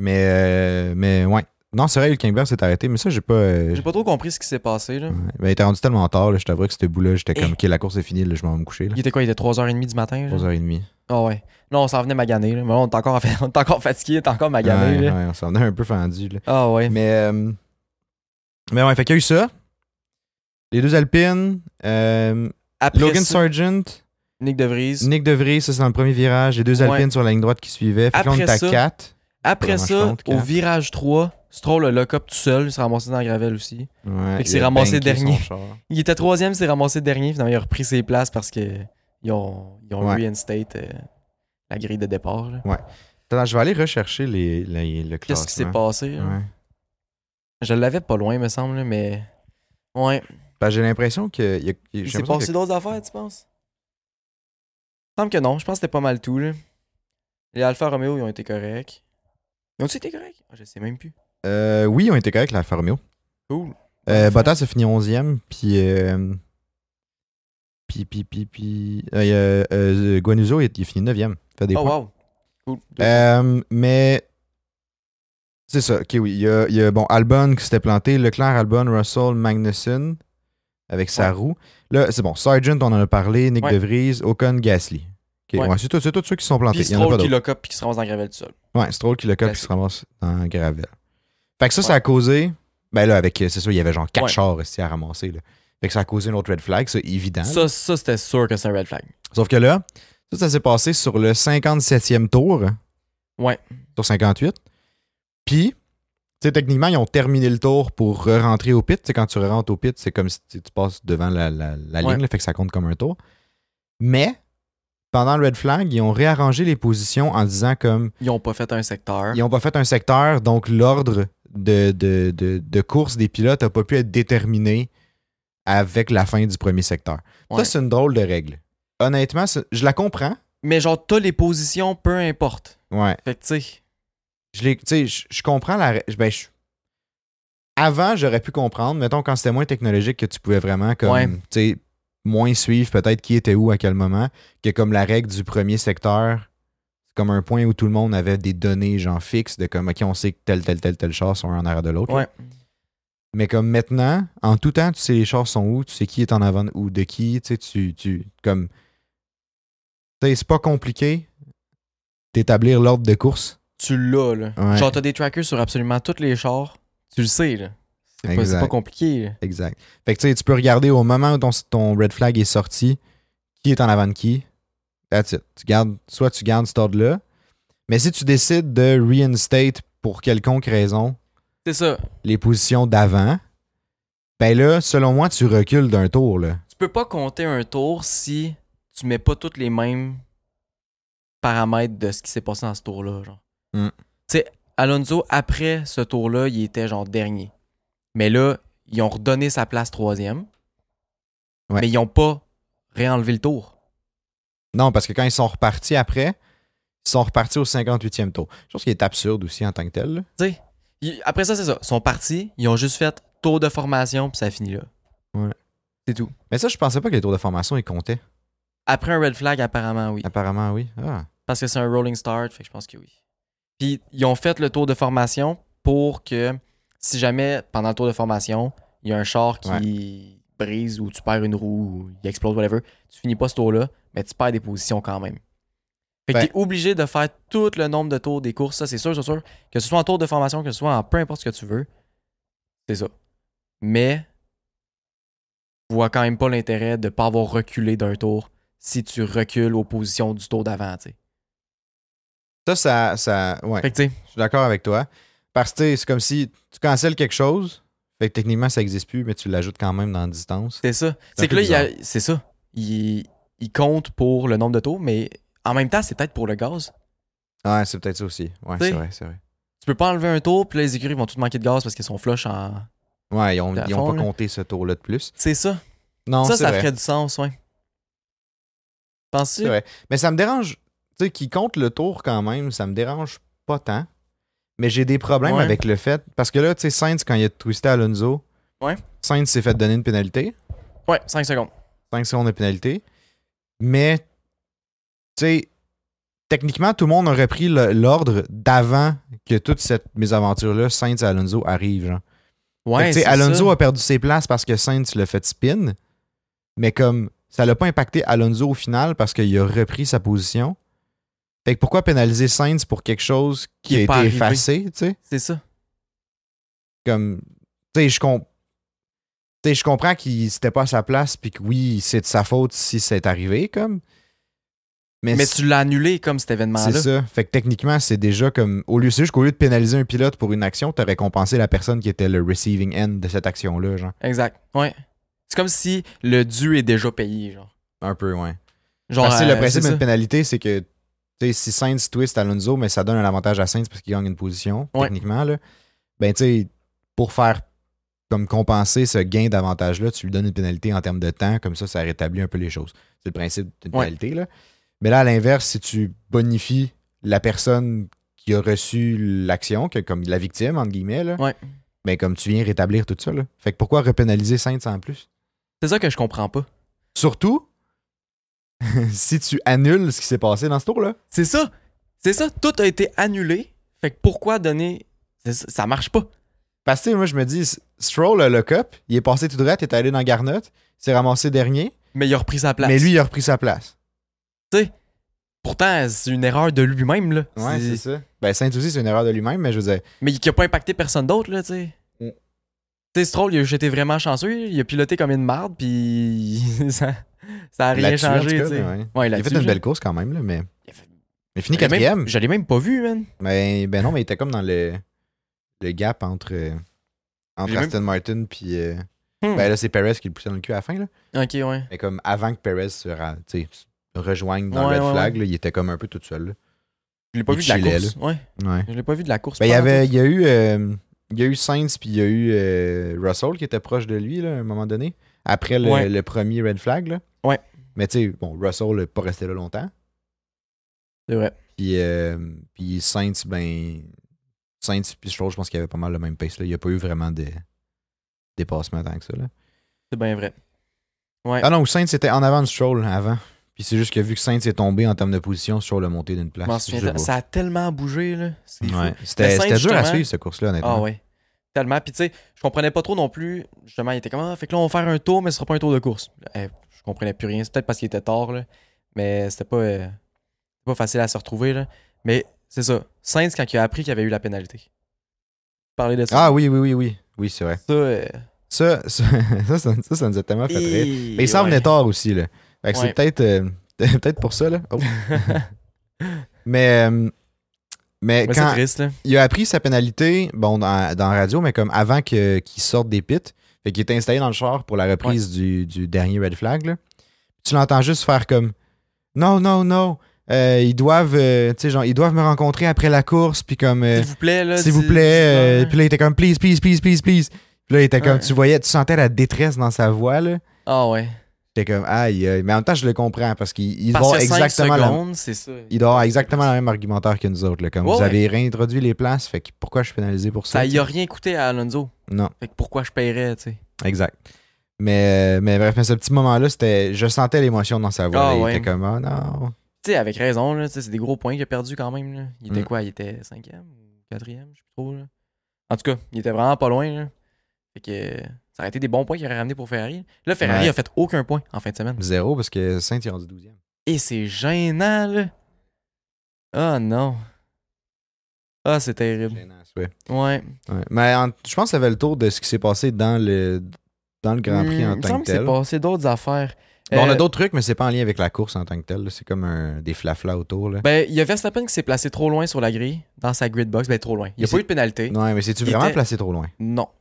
B: Mais, euh, mais ouais. Non, c'est vrai, Hülkenberg s'est arrêté, mais ça, j'ai pas. euh,
A: J'ai pas trop compris ce qui s'est passé, là.
B: Ouais. Ben, il était rendu tellement tard, là, je t'avoue que ce bout-là, j'étais comme,
A: Eh.
B: ok, la course est finie, là, je m'en vais me coucher. Là.
A: Il était quoi Il était 3h30 du matin, genre
B: 3h30.
A: Ah ouais. Non, on s'en venait maganer, là. Mais on est encore, on est encore fatigué, on est encore magané,
B: Ouais,
A: là.
B: ouais, on s'en est un peu fendu. là.
A: Ah ouais.
B: Mais, euh, mais ouais, fait qu'il y a eu ça. Les deux Alpines, euh,
A: Après
B: Logan
A: ça,
B: Sargent,
A: Nick De Vries.
B: Nick DeVries, ça c'est dans le premier virage, les deux
A: Ouais.
B: Alpines sur la ligne droite qui suivait. Fait que là, on
A: Après
B: est à
A: ça-
B: 4.
A: Après
B: Vraiment, je
A: ça,
B: compte,
A: au
B: quatre.
A: virage 3, Stroll a lock-up tout seul, il s'est ramassé dans la gravelle aussi.
B: Ouais,
A: Fait que
B: il
A: c'est
B: a
A: ramassé
B: tanké
A: dernier.
B: son char.
A: Il était troisième, s'est ramassé dernier. Finalement, il a repris ses places parce que ils ont, ils ont
B: Ouais.
A: reinstate euh, la grille de départ. là.
B: Attends, je vais aller rechercher les, les- le classement.
A: Qu'est-ce qui s'est passé? hein? là?
B: Ouais.
A: Je l'avais pas loin, me semble, là, mais. Ouais.
B: Parce que Ben, j'ai l'impression que. il y a- j'ai
A: Il s'est
B: l'impression
A: passé d'autres affaires, tu penses? Il semble que non. Je pense que c'était pas mal tout. là. Les Alfa Romeo, ils ont été corrects. Ils ont-ils été corrects? Ah, Je sais même plus.
B: que- Euh, oui, on était correct, la Alfa Romeo.
A: Cool. Parfait.
B: Euh, Bottas a fini 11e, puis. Euh, puis, puis, puis, puis. euh, euh, euh, Guanuso, il, il finit 9e. Fait des
A: Oh,
B: points.
A: wow. Cool.
B: Euh, mais. C'est ça, ok, oui. Il y a, il y a, bon, Albon qui s'était planté, Leclerc, Albon, Russell, Magnussen, avec sa
A: Ouais.
B: roue. Là, c'est bon, Sargent, on en a parlé, Nick
A: Ouais.
B: DeVries, Ocon, Gasly. Ok,
A: Ouais.
B: ouais, c'est tout- c'est tous ceux qui se sont plantés.
A: Puis
B: Il y en a pas
A: Stroll qui
B: d'autres.
A: lock-up puis qui se ramasse dans la gravelle tout seul.
B: Ouais, Stroll qui le colle puis
A: Classique.
B: se ramasse en gravel. Fait que ça, ça a causé. Ben là, avec, euh, c'est sûr, il y avait genre quatre
A: Ouais.
B: chars aussi à ramasser. Là. Fait que ça a causé une autre red flag, c'est évident.
A: Ça, ça c'était sûr que c'est un red flag.
B: Sauf que là, ça, ça s'est passé sur le 57e tour.
A: Ouais.
B: Sur 58. Puis, tu sais, techniquement, ils ont terminé le tour pour rentrer au pit. Tu sais, quand tu rentres au pit, c'est comme si tu tu passes devant la, la- la
A: Ouais.
B: ligne, là, fait que ça compte comme un tour. Mais, pendant le red flag, ils ont réarrangé les positions en disant comme
A: Ils ont pas fait un secteur.
B: ils n'ont pas fait un secteur, donc l'ordre de, de- de- de course des pilotes n'a pas pu être déterminé avec la fin du premier secteur.
A: Ouais.
B: Ça, c'est une drôle de règle. Honnêtement, c'est- je la comprends.
A: Mais genre, t'as les positions, peu importe.
B: Ouais.
A: Fait que, tu sais,
B: Je, l'ai- tu sais, je, je comprends la règle. Ben, je- Avant, j'aurais pu comprendre, mettons, quand c'était moins technologique, que tu pouvais vraiment comme,
A: Ouais.
B: tu sais, moins suivre peut-être qui était où à quel moment, que comme la règle du premier secteur, c'est comme un point où tout le monde avait des données genre fixes de comme, OK, on sait que tel, tel, tel, tel char sont un en arrière de l'autre. là.
A: ouais.
B: Mais comme maintenant, en tout temps, tu sais les chars sont où, tu sais qui est en avant ou de qui, tu sais, tu, tu comme tu sais, c'est pas compliqué d'établir l'ordre de course.
A: Tu l'as, là.
B: Ouais.
A: Genre, t'as des trackers sur absolument tous les chars. Tu le sais, là. C'est pas, c'est
B: Exact.
A: pas compliqué. là.
B: Exact. Fait que tu sais, tu peux regarder au moment où ton, ton red flag est sorti, qui est en avant de qui. That's it. Tu gardes, soit tu gardes cet ordre-là, mais si tu décides de reinstate pour quelconque raison
A: C'est ça.
B: les positions d'avant, ben là, selon moi, tu recules d'un tour là.
A: Tu peux pas compter un tour si tu mets pas tous les mêmes paramètres de ce qui s'est passé dans ce tour-là. genre.
B: Mm.
A: Tu sais, Alonso, après ce tour-là, il était genre dernier. Mais là, ils ont redonné sa place troisième,
B: Ouais.
A: mais ils n'ont pas réenlevé le tour.
B: Non, parce que quand ils sont repartis après, ils sont repartis au 58e tour. Chose qui est absurde aussi en tant que tel. là.
A: Tu sais, ils- après ça, c'est ça. Ils sont partis, ils ont juste fait tour de formation, puis ça finit là.
B: Ouais.
A: C'est tout.
B: Mais ça, je pensais pas que les tours de formation, ils comptaient.
A: Après un red flag, apparemment, oui.
B: Apparemment, oui. Ah.
A: Parce que c'est un rolling start, fait que je pense que oui. Puis ils ont fait le tour de formation pour que si jamais pendant le tour de formation, il y a un char qui brise ou tu perds une roue ou il explose, whatever, tu finis pas ce tour-là, mais tu perds des positions quand même. Fait que
B: Ben-
A: t'es obligé de faire tout le nombre de tours des courses, ça c'est sûr, c'est sûr. Que ce soit en tour de formation, que ce soit en peu importe ce que tu veux, c'est ça. Mais je vois quand même pas l'intérêt de pas avoir reculé d'un tour si tu recules aux positions du tour d'avant, tu sais.
B: Ça, ça, ça. Ouais,
A: Fait que tu sais,
B: je suis d'accord avec toi. Parce que tu sais, c'est comme si tu cancelles quelque chose, fait que techniquement, ça n'existe plus, mais tu l'ajoutes quand même dans la distance.
A: c'est ça. C'est
B: un
A: que
B: peu
A: là, il y a- c'est ça. Il, il compte pour le nombre de tours, mais en même temps, c'est peut-être pour le gaz.
B: Ouais, c'est peut-être ça aussi. Ouais,
A: Tu sais.
B: c'est vrai, c'est vrai.
A: Tu peux pas enlever un tour, puis là, les écuries vont tout manquer de gaz parce qu'ils sont flush en.
B: Ouais, ils ont,
A: Dans le
B: ils ont
A: fond,
B: pas
A: là.
B: compté ce tour-là de plus.
A: C'est ça.
B: Non,
A: ça,
B: c'est
A: ça
B: vrai.
A: ferait du sens, ouais. Penses-tu?
B: C'est vrai. Mais ça me dérange. Tu sais, qu'ils comptent le tour quand même, ça me dérange pas tant. Mais j'ai des problèmes
A: Ouais.
B: avec le fait. Parce que là, tu sais, Sainz, quand il a twisté Alonso,
A: Ouais.
B: Sainz s'est fait donner une pénalité.
A: Ouais, 5 secondes.
B: 5 secondes de pénalité. Mais, tu sais, techniquement, tout le monde aurait pris le- l'ordre d'avant que toute cette mésaventure-là, Sainz et Alonso arrive. Genre. Fait que,
A: Ouais,
B: tu sais,
A: c'est
B: Alonso
A: ça.
B: a perdu ses places parce que Sainz l'a fait spin. Mais comme ça l'a pas impacté Alonso au final parce qu'il a repris sa position. Fait que pourquoi pénaliser Sainz pour quelque chose qui
A: Qui
B: a
A: est
B: été
A: pas arrivé.
B: effacé, tu sais?
A: C'est ça.
B: Comme, tu sais, je com- tu sais, je comprends qu'il c'était pas à sa place puis que oui, c'est de sa faute si c'est arrivé, comme.
A: Mais
B: c-
A: tu l'as annulé comme cet
B: c'est
A: événement-là.
B: ça. Fait que techniquement, c'est déjà comme. Au lieu, c'est juste qu'au lieu de pénaliser un pilote pour une action, t'as récompensé la personne qui était le receiving end de cette action-là, genre.
A: Exact. Ouais. C'est comme si le dû est déjà payé, genre.
B: Un peu, ouais.
A: Genre,
B: Parce que
A: euh,
B: le principe
A: c'est
B: d'une
A: ça.
B: pénalité, c'est que tu sais, si Sainz twist Alonso, mais ça donne un avantage à Sainz parce qu'il gagne une position,
A: Ouais.
B: techniquement. Là. Ben, tu sais, pour faire comme compenser ce gain d'avantage-là, tu lui donnes une pénalité en termes de temps, comme ça, ça rétablit un peu les choses. C'est le principe d'une
A: Ouais.
B: pénalité. Là. Mais là, à l'inverse, si tu bonifies la personne qui a reçu l'action, que- comme la victime, entre guillemets, là,
A: Ouais.
B: ben, comme tu viens rétablir tout ça. Là. Fait que pourquoi repénaliser Sainz en plus?
A: C'est ça que je comprends pas.
B: Surtout [LAUGHS] si tu annules ce qui s'est passé dans ce tour-là.
A: C'est ça. C'est ça. Tout a été annulé. Fait que pourquoi donner. c'est Ça, ça marche pas.
B: Parce que tu sais, moi, je me dis, S- Stroll a le cup, il est passé tout droit, il est allé dans Garnotte, il s'est ramassé dernier,
A: Mais il a repris sa place.
B: mais lui, il a repris sa place.
A: Pourtant, c'est une erreur de lui-même, là.
B: Ouais,
A: C'est-
B: c'est ça. Ben, Saint aussi, c'est une erreur de lui-même, mais je veux dire,
A: Mais qui a pas impacté personne d'autre, là, tu sais.
B: Mm.
A: Tu sais, Stroll, il a- j'étais vraiment chanceux. Il a piloté comme une marde, puis [LAUGHS] ça, ça a rien
B: là-dessus, en tout
A: changé,
B: cas,
A: tu sais.
B: mais ouais.
A: Ouais,
B: Il a
A: là-dessus,
B: fait une
A: je-
B: belle course quand même, là, mais.
A: Il a fait-
B: Il a fini
A: je l'ai même-
B: quatrième.
A: Je l'ai même pas vu, man.
B: Ben, ben non, mais il était comme dans le, le gap entre, euh, entre
A: J'ai même-
B: Aston Martin puis. euh,
A: Hmm.
B: Ben là, c'est Perez qui le poussait dans le cul à la fin, là.
A: Ok, ouais.
B: Mais comme avant que Perez se ra- tu sais, rejoigne dans
A: Ouais,
B: le Red
A: ouais,
B: Flag, là, il était comme un peu tout seul. là.
A: Je l'ai pas
B: Il
A: vu de la
B: chillait,
A: course. Ouais,
B: Ouais.
A: je l'ai pas vu de la course.
B: Ben, il, y
A: pas
B: avait,
A: en
B: il y a eu, euh, il y a eu Sainz, puis il y a eu euh, Russell qui était proche de lui là, à un moment donné, après le,
A: Ouais.
B: le premier red flag. Là.
A: Ouais.
B: Mais tu sais, bon, Russell n'est pas resté là longtemps.
A: tout. C'est vrai.
B: Puis, euh, puis Sainz, ben. Sainz, puis Stroll, je pense qu'il y avait pas mal le même pace. Là. Il n'y a pas eu vraiment de dépassement tant que ça. Là.
A: C'est bien vrai.
B: Ah non, Sainz était en avant de Stroll avant. Puis c'est juste que vu que Sainz est tombé en termes de position, Stroll a monté d'une
A: Je
B: place.
A: m'en
B: Ah, Je
A: souviens.
B: sais
A: tant-
B: pas.
A: Ça a tellement bougé, là. C'est fou.
B: Ouais. C'était
A: Mais Sainz,
B: c'était dur à
A: justement-
B: suivre, cette course-là, honnêtement.
A: Ah ouais. Tellement. Puis tu sais, je comprenais pas trop non plus. Justement, il était comme, ah, fait que là, on va faire un tour, mais ce sera pas un tour de course. Eh, je comprenais plus rien. C'est peut-être parce qu'il était tard, là. Mais c'était pas, euh, pas facile à se retrouver, là. Mais c'est ça. Sainz, quand il a appris qu'il avait eu la pénalité. Parler de ça.
B: Ah oui, oui, oui, oui. Oui, c'est vrai.
A: Ça, euh,
B: Ça, [LAUGHS] ça, ça, ça, ça, ça nous a tellement fait rire.
A: hi,
B: Mais il s'en
A: ouais.
B: venait tard aussi, là. Fait que
A: Ouais.
B: c'est peut-être euh, [LAUGHS] peut-être pour ça, là.
A: [LAUGHS]
B: Oh. mais, euh,
A: Mais
B: mais
A: c'est
B: quand
A: triste, là.
B: il a appris sa pénalité, bon, dans, dans la radio, mais comme avant que- qu'il sorte des pits, fait qu'il était installé dans le char pour la reprise du, du dernier red flag, là. Tu l'entends juste faire comme Non, non, non. euh, ils doivent, euh, tu sais, genre, ils doivent me rencontrer après la course, puis comme. euh,
A: S'il vous plaît, là.
B: s'il vous
A: dis-
B: plaît. euh,
A: dis-leur.
B: puis là, il était comme, please, please, please, please, please. Puis Puis là, il était comme,
A: Ouais.
B: tu voyais, tu sentais la détresse dans sa voix, là.
A: Ah ouais.
B: J'étais comme, aïe, aïe. Mais en même temps, je le comprends parce qu'il il doit
A: Parce
B: avoir
A: que 5
B: exactement la-
A: secondes, c'est ça.
B: il doit avoir exactement le même argumentaire que nous autres. là. Comme
A: Ouais,
B: vous
A: ouais.
B: avez réintroduit les places, fait que pourquoi je suis pénalisé pour ça?
A: Ça
B: tu
A: y a rien coûté à Alonso.
B: sais? Non.
A: Fait que pourquoi je paierais, tu sais.
B: Exact. Mais, euh, mais bref, mais ce petit moment-là, c'était. Je sentais l'émotion dans sa voix.
A: Ah
B: là. il
A: ouais.
B: était comme Ah non.
A: Tu sais, avec raison, là, tu sais, c'est des gros points qu'il a perdu quand même. là. Il était
B: Mm.
A: quoi Il était cinquième ou quatrième, je sais plus trop. là. En tout cas, il était vraiment pas loin. Là. Fait que euh, ça aurait été des bons points qu'il aurait ramené pour Ferrari. Là, Ferrari
B: Ouais.
A: a fait aucun point en fin de semaine.
B: Zéro parce que Saint est rendu 12e.
A: Et c'est gênant, là. Ah non. Ah, c'est terrible.
B: Gênant à souhait.
A: Ouais.
B: Ouais. Mais en- je pense que ça avait le tour de ce qui s'est passé dans le dans le Grand Prix
A: Hmm,
B: en
A: il me
B: tant
A: semble
B: que
A: que c'est
B: tel.
A: passé d'autres affaires.
B: Bon, on
A: Euh,
B: a d'autres trucs, mais c'est pas en lien avec la course en tant que tel. là. C'est comme un- des flaflas autour. Là.
A: Ben, il y a Verstappen qui s'est placé trop loin sur la grille, dans sa grid box. Ben, trop loin. Il n'y a
B: Mais
A: pas
B: c'est-
A: eu de pénalité. Non.
B: ouais, mais c'est-tu
A: il
B: vraiment
A: était-
B: placé trop loin?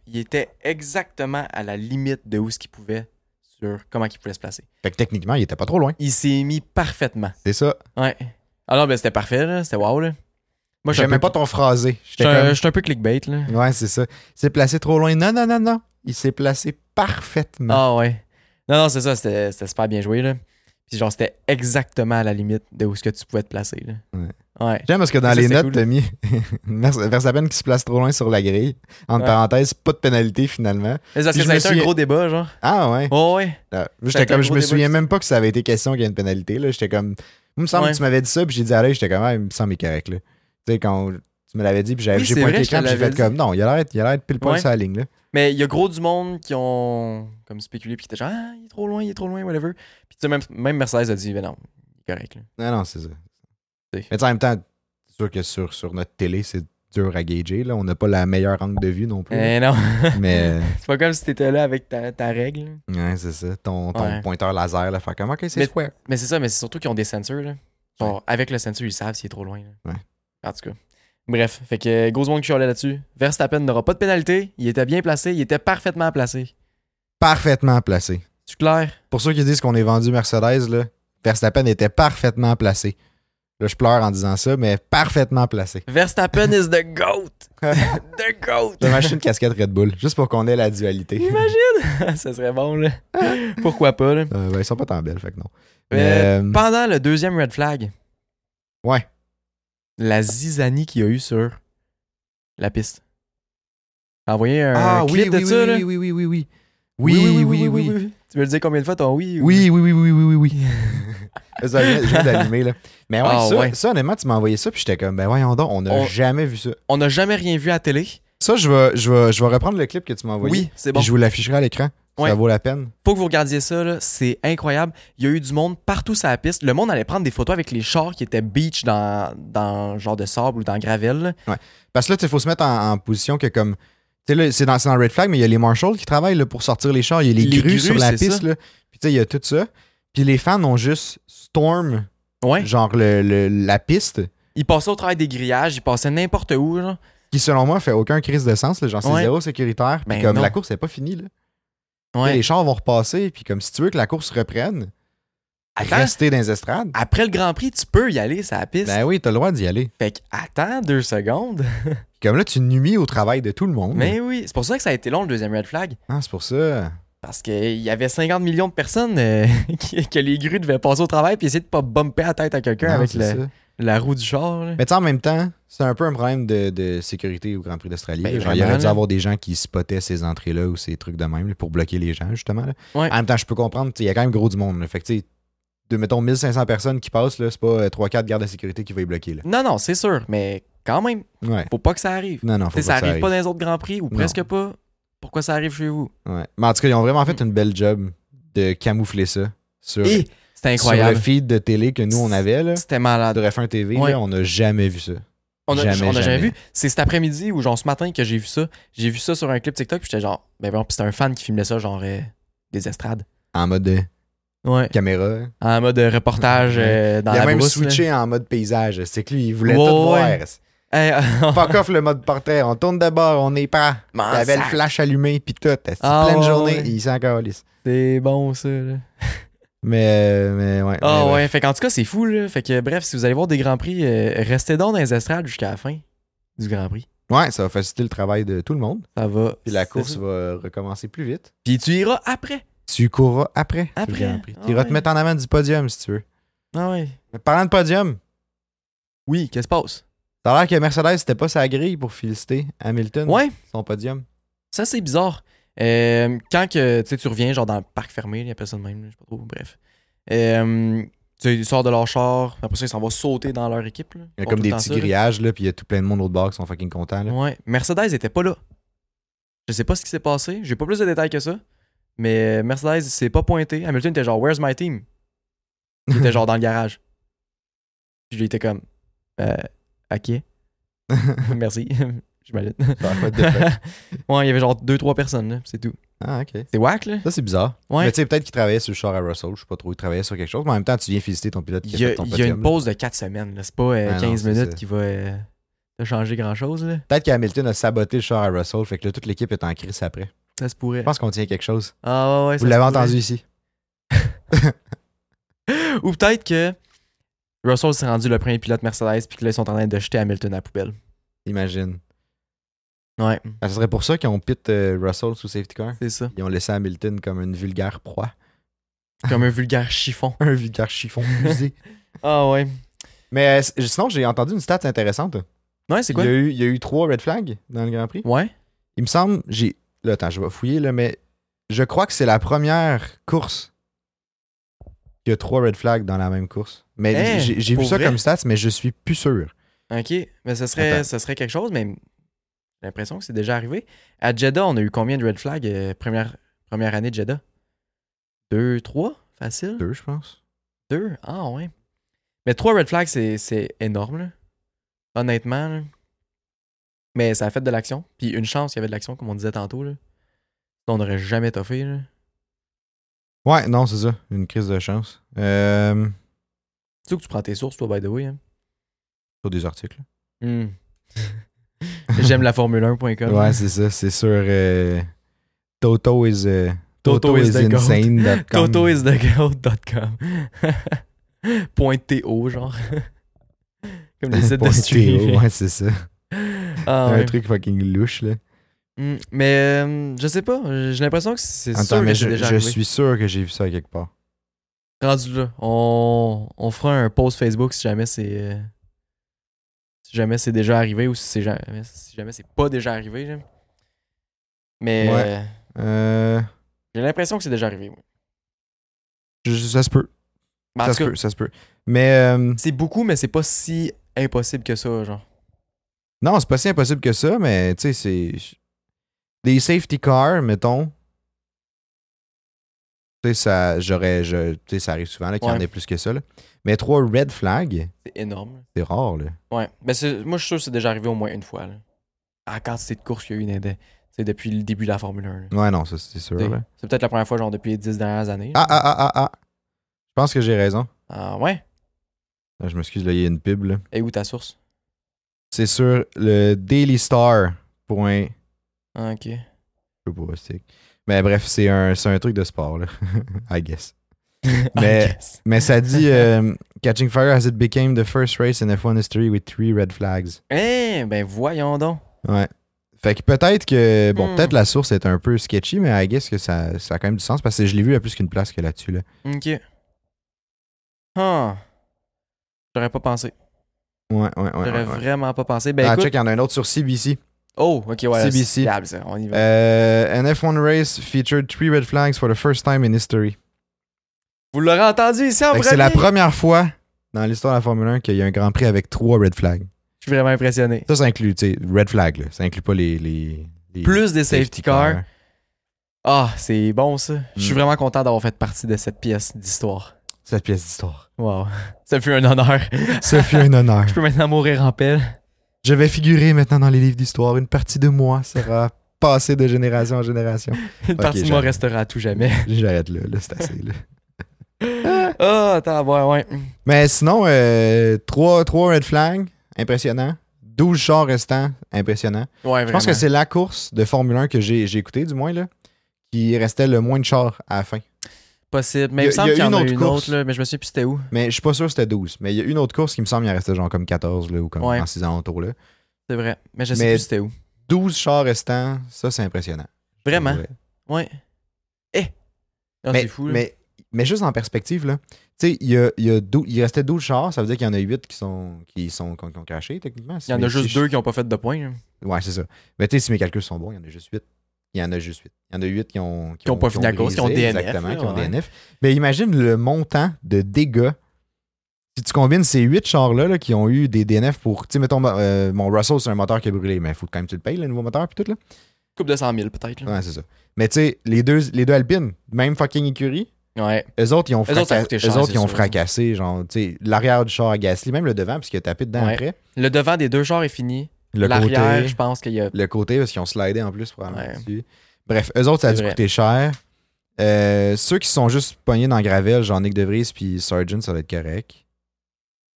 A: il était exactement à la limite de où ce qu'il pouvait, sur comment il pouvait se placer.
B: Fait que techniquement, il était pas trop loin.
A: Il s'est mis parfaitement.
B: C'est ça.
A: Ouais. Alors, ben, c'était parfait, là. C'était wow, là. Moi, je suis un
B: J'aimais
A: peu-
B: pas ton phrasé.
A: je suis
B: J'étais comme-
A: un, je suis un peu clickbait, là.
B: Ouais, c'est ça. Il s'est placé trop loin. Non, non, non, non. Il s'est placé parfaitement.
A: Ah ouais. Non, non, c'est ça, c'était c'était super bien joué, là. Puis genre, c'était exactement à la limite de où ce que tu pouvais te placer, là. Ouais.
B: J'aime parce que dans
A: Ça,
B: les
A: c'est
B: notes,
A: cool.
B: t'as mis [LAUGHS] Vers- Verstappen qui se place trop loin sur la grille. Entre
A: Ouais.
B: parenthèses, pas de pénalité finalement.
A: Mais c'est parce
B: Puis
A: que
B: je
A: ça a
B: me
A: été
B: souviens-
A: un gros débat, genre.
B: [LAUGHS] Ah ouais.
A: Oh, ouais.
B: Ah,
A: Ça a
B: J'étais
A: été un
B: comme, je
A: gros
B: me
A: débat
B: souviens
A: aussi.
B: même pas que ça avait été question qu'il y ait une pénalité. là. J'étais comme, il me semble
A: Ouais.
B: que tu m'avais dit ça, puis j'ai dit, allez, j'étais comme, ah, il me semble qu'il est correct. là. Tu sais, quand tu me l'avais dit, puis j'avais-
A: Oui,
B: j'ai
A: c'est
B: pointé
A: vrai,
B: le
A: je
B: camp,
A: te
B: puis j'ai fait
A: l'avais
B: comme, non, il a l'air il a l'air pile poil
A: Ouais.
B: sur la ligne. Là.
A: Mais il y a gros du monde qui ont comme spéculé, puis qui étaient genre, ah, il est trop loin, il est trop loin, whatever. Puis tu sais, même, même Mercedes a dit, ben non, il est correct, là.
B: Non, non, c'est ça.
A: C'est-
B: Mais tu sais, en même temps, c'est sûr que sur, sur notre télé, c'est dur à gager. Là. On n'a pas la meilleure angle de vue non plus.
A: Eh non,
B: Mais
A: c'est pas comme si t'étais là avec ta, ta règle.
B: ouais, c'est ça. Ton, ton
A: Ouais.
B: pointeur laser, là, fait comme, ok, c'est
A: Mais-
B: square.
A: Mais c'est ça, mais c'est surtout qu'ils ont des sensors, là. Genre, avec le sensor, ils savent s'il est trop loin, là.
B: Ouais.
A: En tout cas. Bref, fait que euh, gros monde qui chialait là-dessus. Verstappen n'aura pas de pénalité, il était bien placé, il était parfaitement placé.
B: Parfaitement placé.
A: Tu clair?
B: Pour ceux qui disent qu'on est vendu Mercedes, là, Verstappen était parfaitement placé. Là, je pleure en disant ça, mais parfaitement
A: [LAUGHS]
B: placé.
A: Verstappen is the GOAT! the GOAT!
B: Je m'achète une casquette Red Bull, juste pour qu'on ait la dualité.
A: Imagine! [LAUGHS] ça serait bon, là. Pourquoi pas, là.
B: Euh, ben, ils sont pas tant belles, fait que non.
A: Euh,
B: Mais,
A: Pendant le deuxième red flag,
B: ouais.
A: la zizanie qu'il y a eu sur la piste. T'as envoyé un
B: Ah oui,
A: clip
B: oui,
A: de
B: oui,
A: ça, là?
B: oui, oui, oui, oui, oui. Oui, oui, oui, oui.
A: Tu veux le dire combien de fois ton oui? ou-
B: Oui, oui, oui, oui, oui, oui, oui.
A: [LAUGHS]
B: ça, je viens- je viens d'allumer, là. Mais ouais,
A: Ah,
B: ça,
A: ouais.
B: ça, honnêtement, tu m'as envoyé ça, puis j'étais comme, ben voyons donc, on n'a
A: On-
B: jamais vu ça.
A: On n'a jamais rien vu à la télé.
B: Ça, je vais, je vais, je vais reprendre le clip que tu m'as envoyé.
A: Oui, c'est bon.
B: Puis je vous l'afficherai à l'écran.
A: Ouais.
B: Ça vaut la peine.
A: Faut que vous regardiez ça, là, c'est incroyable. Il y a eu du monde partout sur la piste. Le monde allait prendre des photos avec les chars qui étaient beach dans, dans genre de sable ou dans gravel. là.
B: Parce que là, il faut se mettre en, en position que comme. Tu sais, là, c'est dans, c'est dans Red Flag, mais il y a les marshals qui travaillent là, pour sortir les chars. Il y a les,
A: Les
B: grues,
A: grues,
B: sur la
A: c'est ça.
B: piste. Là. Puis tu sais, il y a tout ça. Puis les fans ont juste storm,
A: Ouais.
B: genre le- le- la piste,
A: Ils passaient au travail des grillages, ils passaient n'importe où. Genre.
B: qui selon moi fait aucun crise de sens. Là, genre c'est
A: Ouais.
B: zéro sécuritaire. Puis
A: Ben
B: comme
A: non.
B: la course n'est pas finie. Là. Tu sais,
A: Ouais.
B: Les chars vont repasser. Puis comme si tu veux que la course reprenne,
A: Attends,
B: rester dans les estrades.
A: après le Grand Prix, tu peux y aller sur la piste.
B: Ben oui, t'as le droit d'y aller.
A: Fait que attends deux secondes.
B: Puis comme là, tu nuis au travail de tout le monde.
A: Mais oui, c'est pour ça que ça a été long le deuxième red flag.
B: Ah, c'est pour ça.
A: Parce qu'il y avait 50 millions de personnes euh, [LAUGHS] qui- que les grues devaient passer au travail puis essayer de pas bumper la tête à quelqu'un
B: Non,
A: avec
B: c'est
A: le-
B: ça.
A: la roue du char. là.
B: Mais tu sais, en même temps, c'est un peu un problème de, de sécurité au Grand Prix d'Australie.
A: Ben,
B: là. Genre, il aurait
A: vraiment,
B: dû
A: là.
B: avoir des gens qui spottaient ces entrées-là ou ces trucs de même là, pour bloquer les gens, justement. là.
A: Ouais.
B: En même temps, je peux comprendre, tu sais, il y a quand même gros du monde. là. Fait que, tu sais, de, mettons, 1500 personnes qui passent, là, c'est pas 3-4 gardes de sécurité qui vont les bloquer. Là.
A: Non, non, c'est sûr, mais quand même,
B: Ouais.
A: faut pas que ça arrive.
B: Non, non, faut
A: Tu sais,
B: pas
A: ça
B: que ça
A: arrive pas dans les autres Grands Prix ou
B: Non.
A: presque pas. Pourquoi ça arrive chez vous?
B: Ouais. Mais en tout cas, ils ont vraiment
A: Mm.
B: fait une belle job de camoufler ça sur,
A: Et c'était
B: sur le
A: incroyable.
B: feed de télé que nous, on avait. Là.
A: C'était malade.
B: De F1 TV,
A: Ouais.
B: là, on n'a jamais vu ça.
A: On a on a
B: Jamais,
A: jamais,
B: jamais.
A: vu. C'est cet après-midi ou genre ce matin que j'ai vu ça. J'ai vu ça sur un clip TikTok puis j'étais genre, ben bon, puis c'était un fan qui filmait ça genre euh, des estrades.
B: En mode euh,
A: Ouais.
B: caméra. hein.
A: En mode reportage euh, dans
B: il a
A: la
B: même
A: brousse, là.
B: switché en mode paysage. C'est que lui, il voulait
A: Ouais,
B: tout
A: ouais.
B: voir.
A: Hey, [LAUGHS]
B: Fuck off le mode portrait. On tourne de bord, on est pas.
A: Man,
B: Il avait le
A: Ah, sac.
B: flash allumé, puis tout. C'est
A: Ah,
B: pleine
A: ouais,
B: journée,
A: ouais.
B: il s'en calisse.
A: C'est bon ça. là.
B: Mais, euh, mais ouais.
A: Ah
B: mais
A: ouais,
B: bref.
A: fait qu'en tout cas, c'est fou là. Fait que bref, si vous allez voir des Grands Prix, euh, restez donc dans les estrades jusqu'à la fin du Grand Prix.
B: Ouais, ça va faciliter le travail de tout le monde.
A: Ça va.
B: Puis la
A: C'est
B: course
A: ça.
B: va recommencer plus vite.
A: Puis tu iras après.
B: Tu courras après.
A: Après.
B: Tu iras
A: Ah ouais.
B: te mettre en avant du podium si tu veux.
A: Ah ouais.
B: Mais parlant de podium,
A: Oui, qu'est-ce qui se passe?
B: ça a l'air que Mercedes, c'était pas sa grille pour féliciter Hamilton,
A: Ouais,
B: son podium.
A: ça c'est bizarre. Euh, quand que, tu sais, tu reviens, genre dans le parc fermé, il appelle ça de même, là, je sais pas trop, bref. Euh, tu sais, ils sortent de leur char, après ça, ils s'en vont sauter dans leur équipe. là. Ils
B: Il y a
A: font
B: comme
A: tout
B: des
A: le temps
B: petits
A: ça, là.
B: grillages, là, puis il y a tout plein de monde au bord qui sont fucking contents. Là.
A: Ouais, Mercedes était pas là. Je sais pas ce qui s'est passé, j'ai pas plus de détails que ça. Mais euh, Mercedes s'est pas pointé. Hamilton était genre Where's my team? Il était
B: [LAUGHS]
A: genre dans le garage. Puis j'étais comme euh, à qui? [LAUGHS] Merci. [LAUGHS] J'imagine.
B: Genre, Ah, what the fuck?
A: [LAUGHS] ouais, il y avait genre deux, trois personnes, là, c'est tout.
B: ah, ok.
A: C'est whack, là?
B: Ça, c'est bizarre.
A: Ouais.
B: Mais tu sais, peut-être qu'il travaillait sur le char à Russell. Je sais pas trop. Il travaillait sur quelque chose. Mais en même temps, tu viens féliciter ton pilote qui
A: Il y
B: a
A: a,
B: fait ton
A: il y a
B: podium.
A: une
B: là.
A: pause de 4 semaines. là. C'est pas euh,
B: Ah non,
A: 15
B: c'est
A: minutes
B: ça.
A: qui va euh, te changer grand-chose. là.
B: Peut-être qu'Hamilton a saboté le char à Russell. Fait que là, toute l'équipe est en crise après.
A: Ça se pourrait.
B: Je pense qu'on tient quelque chose.
A: Ah, ouais, ouais, ça
B: Vous
A: se
B: l'avez
A: pourrait.
B: entendu ici.
A: Ou peut-être que Russell s'est rendu le premier pilote Mercedes puis que là, ils sont en train de jeter Hamilton à la poubelle. Ce
B: Imagine.
A: Ouais.
B: Ça serait pour ça qu'ils ont pit euh, Russell sous safety car.
A: C'est
B: [LAUGHS]
A: ça.
B: Ils ont laissé Hamilton comme une vulgaire proie. [LAUGHS]
A: Comme un vulgaire chiffon.
B: Un vulgaire chiffon
A: [LAUGHS]
B: usé.
A: Ah ouais.
B: Mais euh, c- sinon, j'ai entendu une stat intéressante.
A: Ouais, c'est
B: Il y,
A: quoi?
B: a eu, il y a eu trois red flags dans le Grand Prix.
A: Ouais.
B: Il me semble, j'ai. Là, attends, je vais fouiller, là, mais je crois que c'est la première course qu'il y a trois red flags dans la même course. Mais
A: Hey,
B: j'ai- j'ai vu
A: Eh, pour
B: ça
A: vrai?
B: comme stats, mais je suis plus sûr.
A: OK. Mais ça serait,
B: Attends.
A: ça serait quelque chose, mais j'ai l'impression que c'est déjà arrivé. À Jeddah, on a eu combien de red flags euh, première, première année de Jeddah? Deux, trois? Facile?
B: Deux, je pense.
A: Deux? Ah ouais. Mais trois red flags, c'est, c'est énorme, là. Honnêtement, là. Mais ça a fait de l'action. Puis une chance qu'il y avait de l'action, comme on disait tantôt, là. On n'aurait jamais toffé, là.
B: Ouais, non, c'est ça. Une crise de chance. Euh,
A: Tu sais que tu prends tes sources, toi, by the way. hein?
B: sur des articles.
A: Hmm. [LAUGHS] J'aime la Formule 1.com.
B: Ouais, c'est ça. C'est sur euh, Toto is. euh,
A: Toto is the goat.
B: insane.com.
A: Toto is the goat.com. [LAUGHS] Point .to, genre. [LAUGHS] Comme les sites de
B: Point
A: streaming.
B: TO, Ouais, c'est ça.
A: Ah,
B: Un
A: ouais.
B: truc fucking louche, là.
A: Hmm. Mais euh, je sais pas, j'ai l'impression que c'est sûr
B: Attends,
A: que
B: mais
A: c'est
B: je,
A: déjà
B: je
A: arrivé.
B: suis sûr que j'ai vu ça quelque part.
A: Rendu là, on, on fera un post Facebook si jamais c'est... euh, si jamais c'est déjà arrivé ou si, c'est jamais, si jamais c'est pas déjà arrivé. là. Mais
B: Ouais.
A: euh,
B: Euh,
A: j'ai l'impression que c'est déjà arrivé. moi.
B: je- ça se peut.
A: Mais en
B: ça
A: tout
B: se
A: cas,
B: peut, ça se peut. Mais euh,
A: C'est beaucoup, mais c'est pas si impossible que ça, genre.
B: non, c'est pas si impossible que ça, mais tu sais, c'est. Des safety cars, mettons. Tu sais, ça, j'aurais, je, tu sais, ça arrive souvent là, qu'il y en
A: Ouais.
B: ait plus que ça. là. Mais trois red flags,
A: C'est énorme.
B: c'est rare. Là.
A: Ouais. Ben c'est- moi, je suis sûr que c'est déjà arrivé au moins une fois. Là. À la quantité de courses qu'il y a eu dans- dans- tu sais, depuis le début de la Formule 1. là.
B: Ouais, non, ça, c'est sûr.
A: Tu sais,
B: là.
A: C'est peut-être la première fois, genre, depuis les 10 dernières années.
B: Ah, ah, ah, ah, ah. Je pense que j'ai raison.
A: Ah ouais?
B: Là, je m'excuse, là, il y a une pub. Là.
A: Et où ta source?
B: C'est sur le dailystar.com.
A: Ah, ok.
B: Je sais pas, c'est- Mais bref, c'est un, c'est un truc de sport, là. [LAUGHS] I guess. [LAUGHS]
A: [LAUGHS]
B: Mais-
A: I guess.
B: Mais ça
A: [LAUGHS]
B: dit euh, Catching Fire as it became the first race in F1 history with three red flags.
A: Eh, ben voyons donc.
B: Ouais. Fait que peut-être que. Bon,
A: Hmm.
B: peut-être la source est un peu sketchy, mais I guess que ça, ça a quand même du sens parce que je l'ai vu à plus qu'une place que là-dessus. Là.
A: Ok. Ah. J'aurais pas pensé.
B: Ouais, ouais, ouais.
A: J'aurais
B: ouais, ouais.
A: vraiment pas pensé. Ben
B: ah,
A: écoute.
B: check, il y en a un autre sur CBC.
A: Oh, ok, ouais. là,
B: CBC.
A: c'est fiable, ça. On y va.
B: Euh, an F1 race featured three red flags for the first time in history.
A: Vous l'aurez entendu ici en
B: Fait
A: premier?
B: que ben, c'est la première fois dans l'histoire de la Formule 1 qu'il y a un Grand Prix avec trois red flags.
A: Je suis vraiment impressionné.
B: Ça, ça inclut, tu sais, red flag, là. Ça inclut pas les. les, les
A: Plus des safety cars. Ah, c'est bon ça. Je suis
B: Mm.
A: vraiment content d'avoir fait partie de cette pièce d'histoire.
B: Cette pièce d'histoire.
A: Wow. [LAUGHS] Ça fut un honneur.
B: Ça fut un honneur.
A: Je peux maintenant mourir en paix. [LAUGHS]
B: Je vais figurer maintenant dans les livres d'histoire. Une partie de moi sera passée de génération en génération.
A: Une
B: Ok,
A: partie de moi
B: j'arrête.
A: restera à tout jamais.
B: [LAUGHS]
A: [LAUGHS]
B: J'arrête là, là, c'est assez. là.
A: Ah, attends, ouais, ouais.
B: Mais sinon, euh, trois, trois red flags, impressionnant. 12 chars restants, impressionnant.
A: Ouais,
B: Je pense que c'est la course de Formule 1 que j'ai j'ai écoutée, du moins, là, qui restait le moins de chars à la fin.
A: possible. Mais il
B: Il y
A: me
B: a-
A: semble
B: il y
A: qu'il
B: a
A: y en
B: une
A: a
B: autre
A: une
B: course.
A: autre, là, mais je me souviens plus c'était où.
B: Mais je suis pas sûr que c'était 12. Mais il y a une autre course qui me semble il en restait genre comme 14 là, ou comme
A: Ouais.
B: en 6 alentours. Là.
A: C'est vrai. Mais je sais
B: Mais-
A: plus c'était où.
B: 12 chars restants, ça, c'est impressionnant.
A: Vraiment?
B: Ouais.
A: Ouais. Eh! Non,
B: mais,
A: c'est fou. là.
B: mais, mais juste en perspective, là. Tu sais, il, y a, il, y a dou- il restait 12 chars, ça veut dire qu'il y en a 8 qui sont, qui sont qui ont- qui ont crashé, techniquement.
A: Il y en a
B: Mais
A: juste
B: si-
A: deux qui n'ont pas fait de points. là.
B: Ouais, c'est ça. Mais tu sais, si mes calculs sont bons, il y en a juste 8. Il y en a juste 8. Il y en a 8 qui ont,
A: Qui ont pas fini la course, qui ont
B: brisé,
A: DNF,
B: Exactement,
A: là,
B: qui ont
A: ouais.
B: DNF. Mais imagine le montant de dégâts. Si tu combines ces 8 chars-là là, qui ont eu des DNF pour. Tu sais, mettons, euh, mon Russell, c'est un moteur qui a brûlé, mais il faut quand même que tu le payes, le nouveau moteur, puis tout, là.
A: Coupe de 100 000 peut-être. là.
B: Ouais, c'est ça. Mais tu sais, les deux, les deux Alpines, même fucking écurie,
A: Ouais.
B: eux autres, ils
A: Eux
B: ont,
A: autres, ça a
B: fracas-
A: coûté cher,
B: eux autres,
A: c'est
B: ils ont
A: sûr.
B: fracassé, genre, tu sais, l'arrière du char à Gasly, même le devant, puisqu'il a tapé dedans
A: Ouais.
B: après.
A: Le devant des deux genres est fini.
B: Le
A: L'arrière,
B: côté,
A: je pense qu'il y a.
B: le côté, parce qu'ils ont slidé en plus, probablement.
A: Ouais.
B: dessus. Bref, eux autres, ça a
A: C'est
B: dû
A: vrai.
B: coûter cher. Euh, ceux qui sont juste pognés dans Gravel, genre Nick DeVries puis Sargent, ça doit être correct.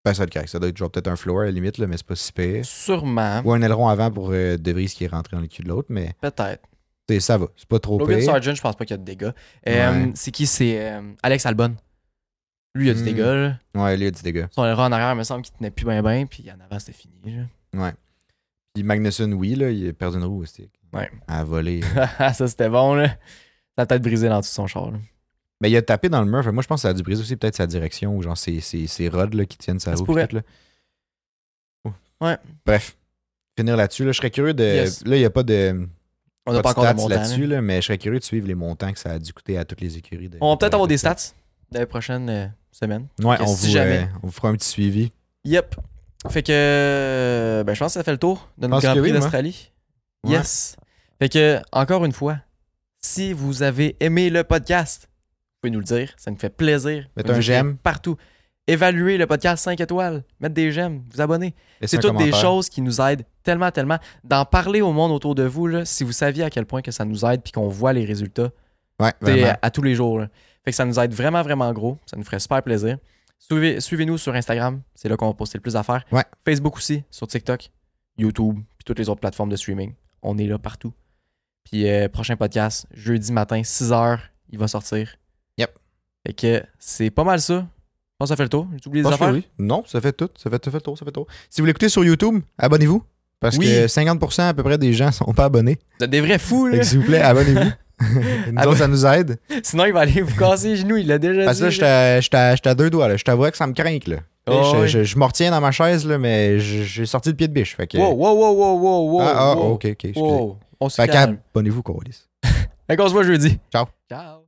B: Ben, ça doit être correct. Ça doit être genre peut-être un floor à la limite, là, mais c'est pas si pire.
A: Sûrement.
B: Ou un aileron avant pour euh, DeVries qui est rentré dans le cul de l'autre, mais
A: Peut-être.
B: tu sais, ça va. C'est pas trop
A: Logan
B: pire.
A: Sargent, je pense pas qu'il y a de dégâts. Euh,
B: Ouais.
A: C'est qui C'est euh, Alex Albon. Lui, il a du
B: Hmm.
A: dégât. là.
B: Ouais, lui, il a du dégât.
A: Son erreur en arrière, il me semble qu'il tenait plus bien, bien. Puis en avant, c'était fini. là. [LAUGHS]
B: Puis Magnussen, oui, là, il a perdu une roue aussi.
A: Ouais.
B: À voler.
A: ça, c'était bon. Là. Sa tête brisée dans tout son char. là.
B: Mais il a tapé dans le mur. Fait que moi, je pense que ça a dû briser aussi peut-être sa direction ou genre ses, ses, ses rods là, qui tiennent sa
A: Ça se
B: roue.
A: pourrait.
B: pis tout, là. Ouh.
A: Ouais.
B: Bref, finir là-dessus. Là, je serais curieux de.
A: Yes.
B: Là, il n'y a pas de,
A: On n'a pas
B: pas de
A: encore de
B: stats
A: montant.
B: là-dessus,
A: là.
B: là, mais je serais curieux de suivre les montants que ça a dû coûter à toutes les écuries. de-
A: On va peut-être
B: de-
A: avoir des
B: de-
A: stats dans les prochaines euh, semaines.
B: Ouais,
A: que
B: on,
A: si
B: vous,
A: jamais-
B: euh, on vous fera un petit suivi.
A: Yep. Fait que. euh, Ben, je pense que ça fait le tour de notre
B: Pense
A: Grand
B: que
A: Prix
B: oui, moi.
A: d'Australie.
B: Ouais.
A: Yes. Fait que, encore une fois, si vous avez aimé le podcast, vous pouvez nous le dire. Ça nous fait plaisir.
B: Mettez
A: Vous nous
B: un
A: écrivez
B: j'aime.
A: Partout. Évaluez le podcast 5 étoiles. Mettre des j'aime. Vous abonner.
B: Laissez
A: C'est
B: un
A: toutes des
B: commentaire.
A: choses qui nous aident tellement, tellement. D'en parler au monde autour de vous, là, si vous saviez à quel point que ça nous aide puis qu'on voit les résultats
B: Ouais,
A: t'sais,
B: vraiment.
A: à, à tous les jours. là. Fait que ça nous aide vraiment, vraiment gros. Ça nous ferait super plaisir. Suivez- Suivez-nous sur Instagram, c'est là qu'on va poster le plus d'affaires.
B: Ouais.
A: Facebook aussi, sur TikTok, YouTube, puis toutes les autres plateformes de streaming. On est là partout. Puis euh, prochain podcast, jeudi matin, 6h, il va sortir.
B: Yep.
A: Fait que c'est pas mal ça. Je pense que ça fait le tour. J'ai oublié les
B: Pense que
A: affaires.
B: oui. Non, ça fait tout. Ça fait, ça fait le tour. Ça fait le tour. Si vous l'écoutez sur YouTube, abonnez-vous. Parce
A: Oui.
B: que 50% à peu près des gens sont pas abonnés.
A: Vous êtes des vrais fous,
B: Fait
A: là.
B: que s'il vous
A: [LAUGHS]
B: plaît, abonnez-vous. Nous
A: Abon-
B: autres, ça nous aide.
A: Sinon, il va aller vous casser les genoux, il l'a déjà
B: Parce
A: dit.
B: que là, j'étais à- j'étais à- j'étais à deux doigts. là. Je t'avouais que ça me craint. Là.
A: Oh,
B: je,
A: ouais.
B: je, je m'en retiens dans ma chaise, là, mais je- j'ai sorti le pied de biche. Fait que...
A: Wow, wow, wow, wow, wow, wow.
B: ah, ah,
A: wow.
B: ok, ok. excusez.
A: Wow. On se
B: Fait
A: calme.
B: qu'abonnez-vous, Colis.
A: Fait qu'on se voit jeudi.
B: Ciao.
A: Ciao.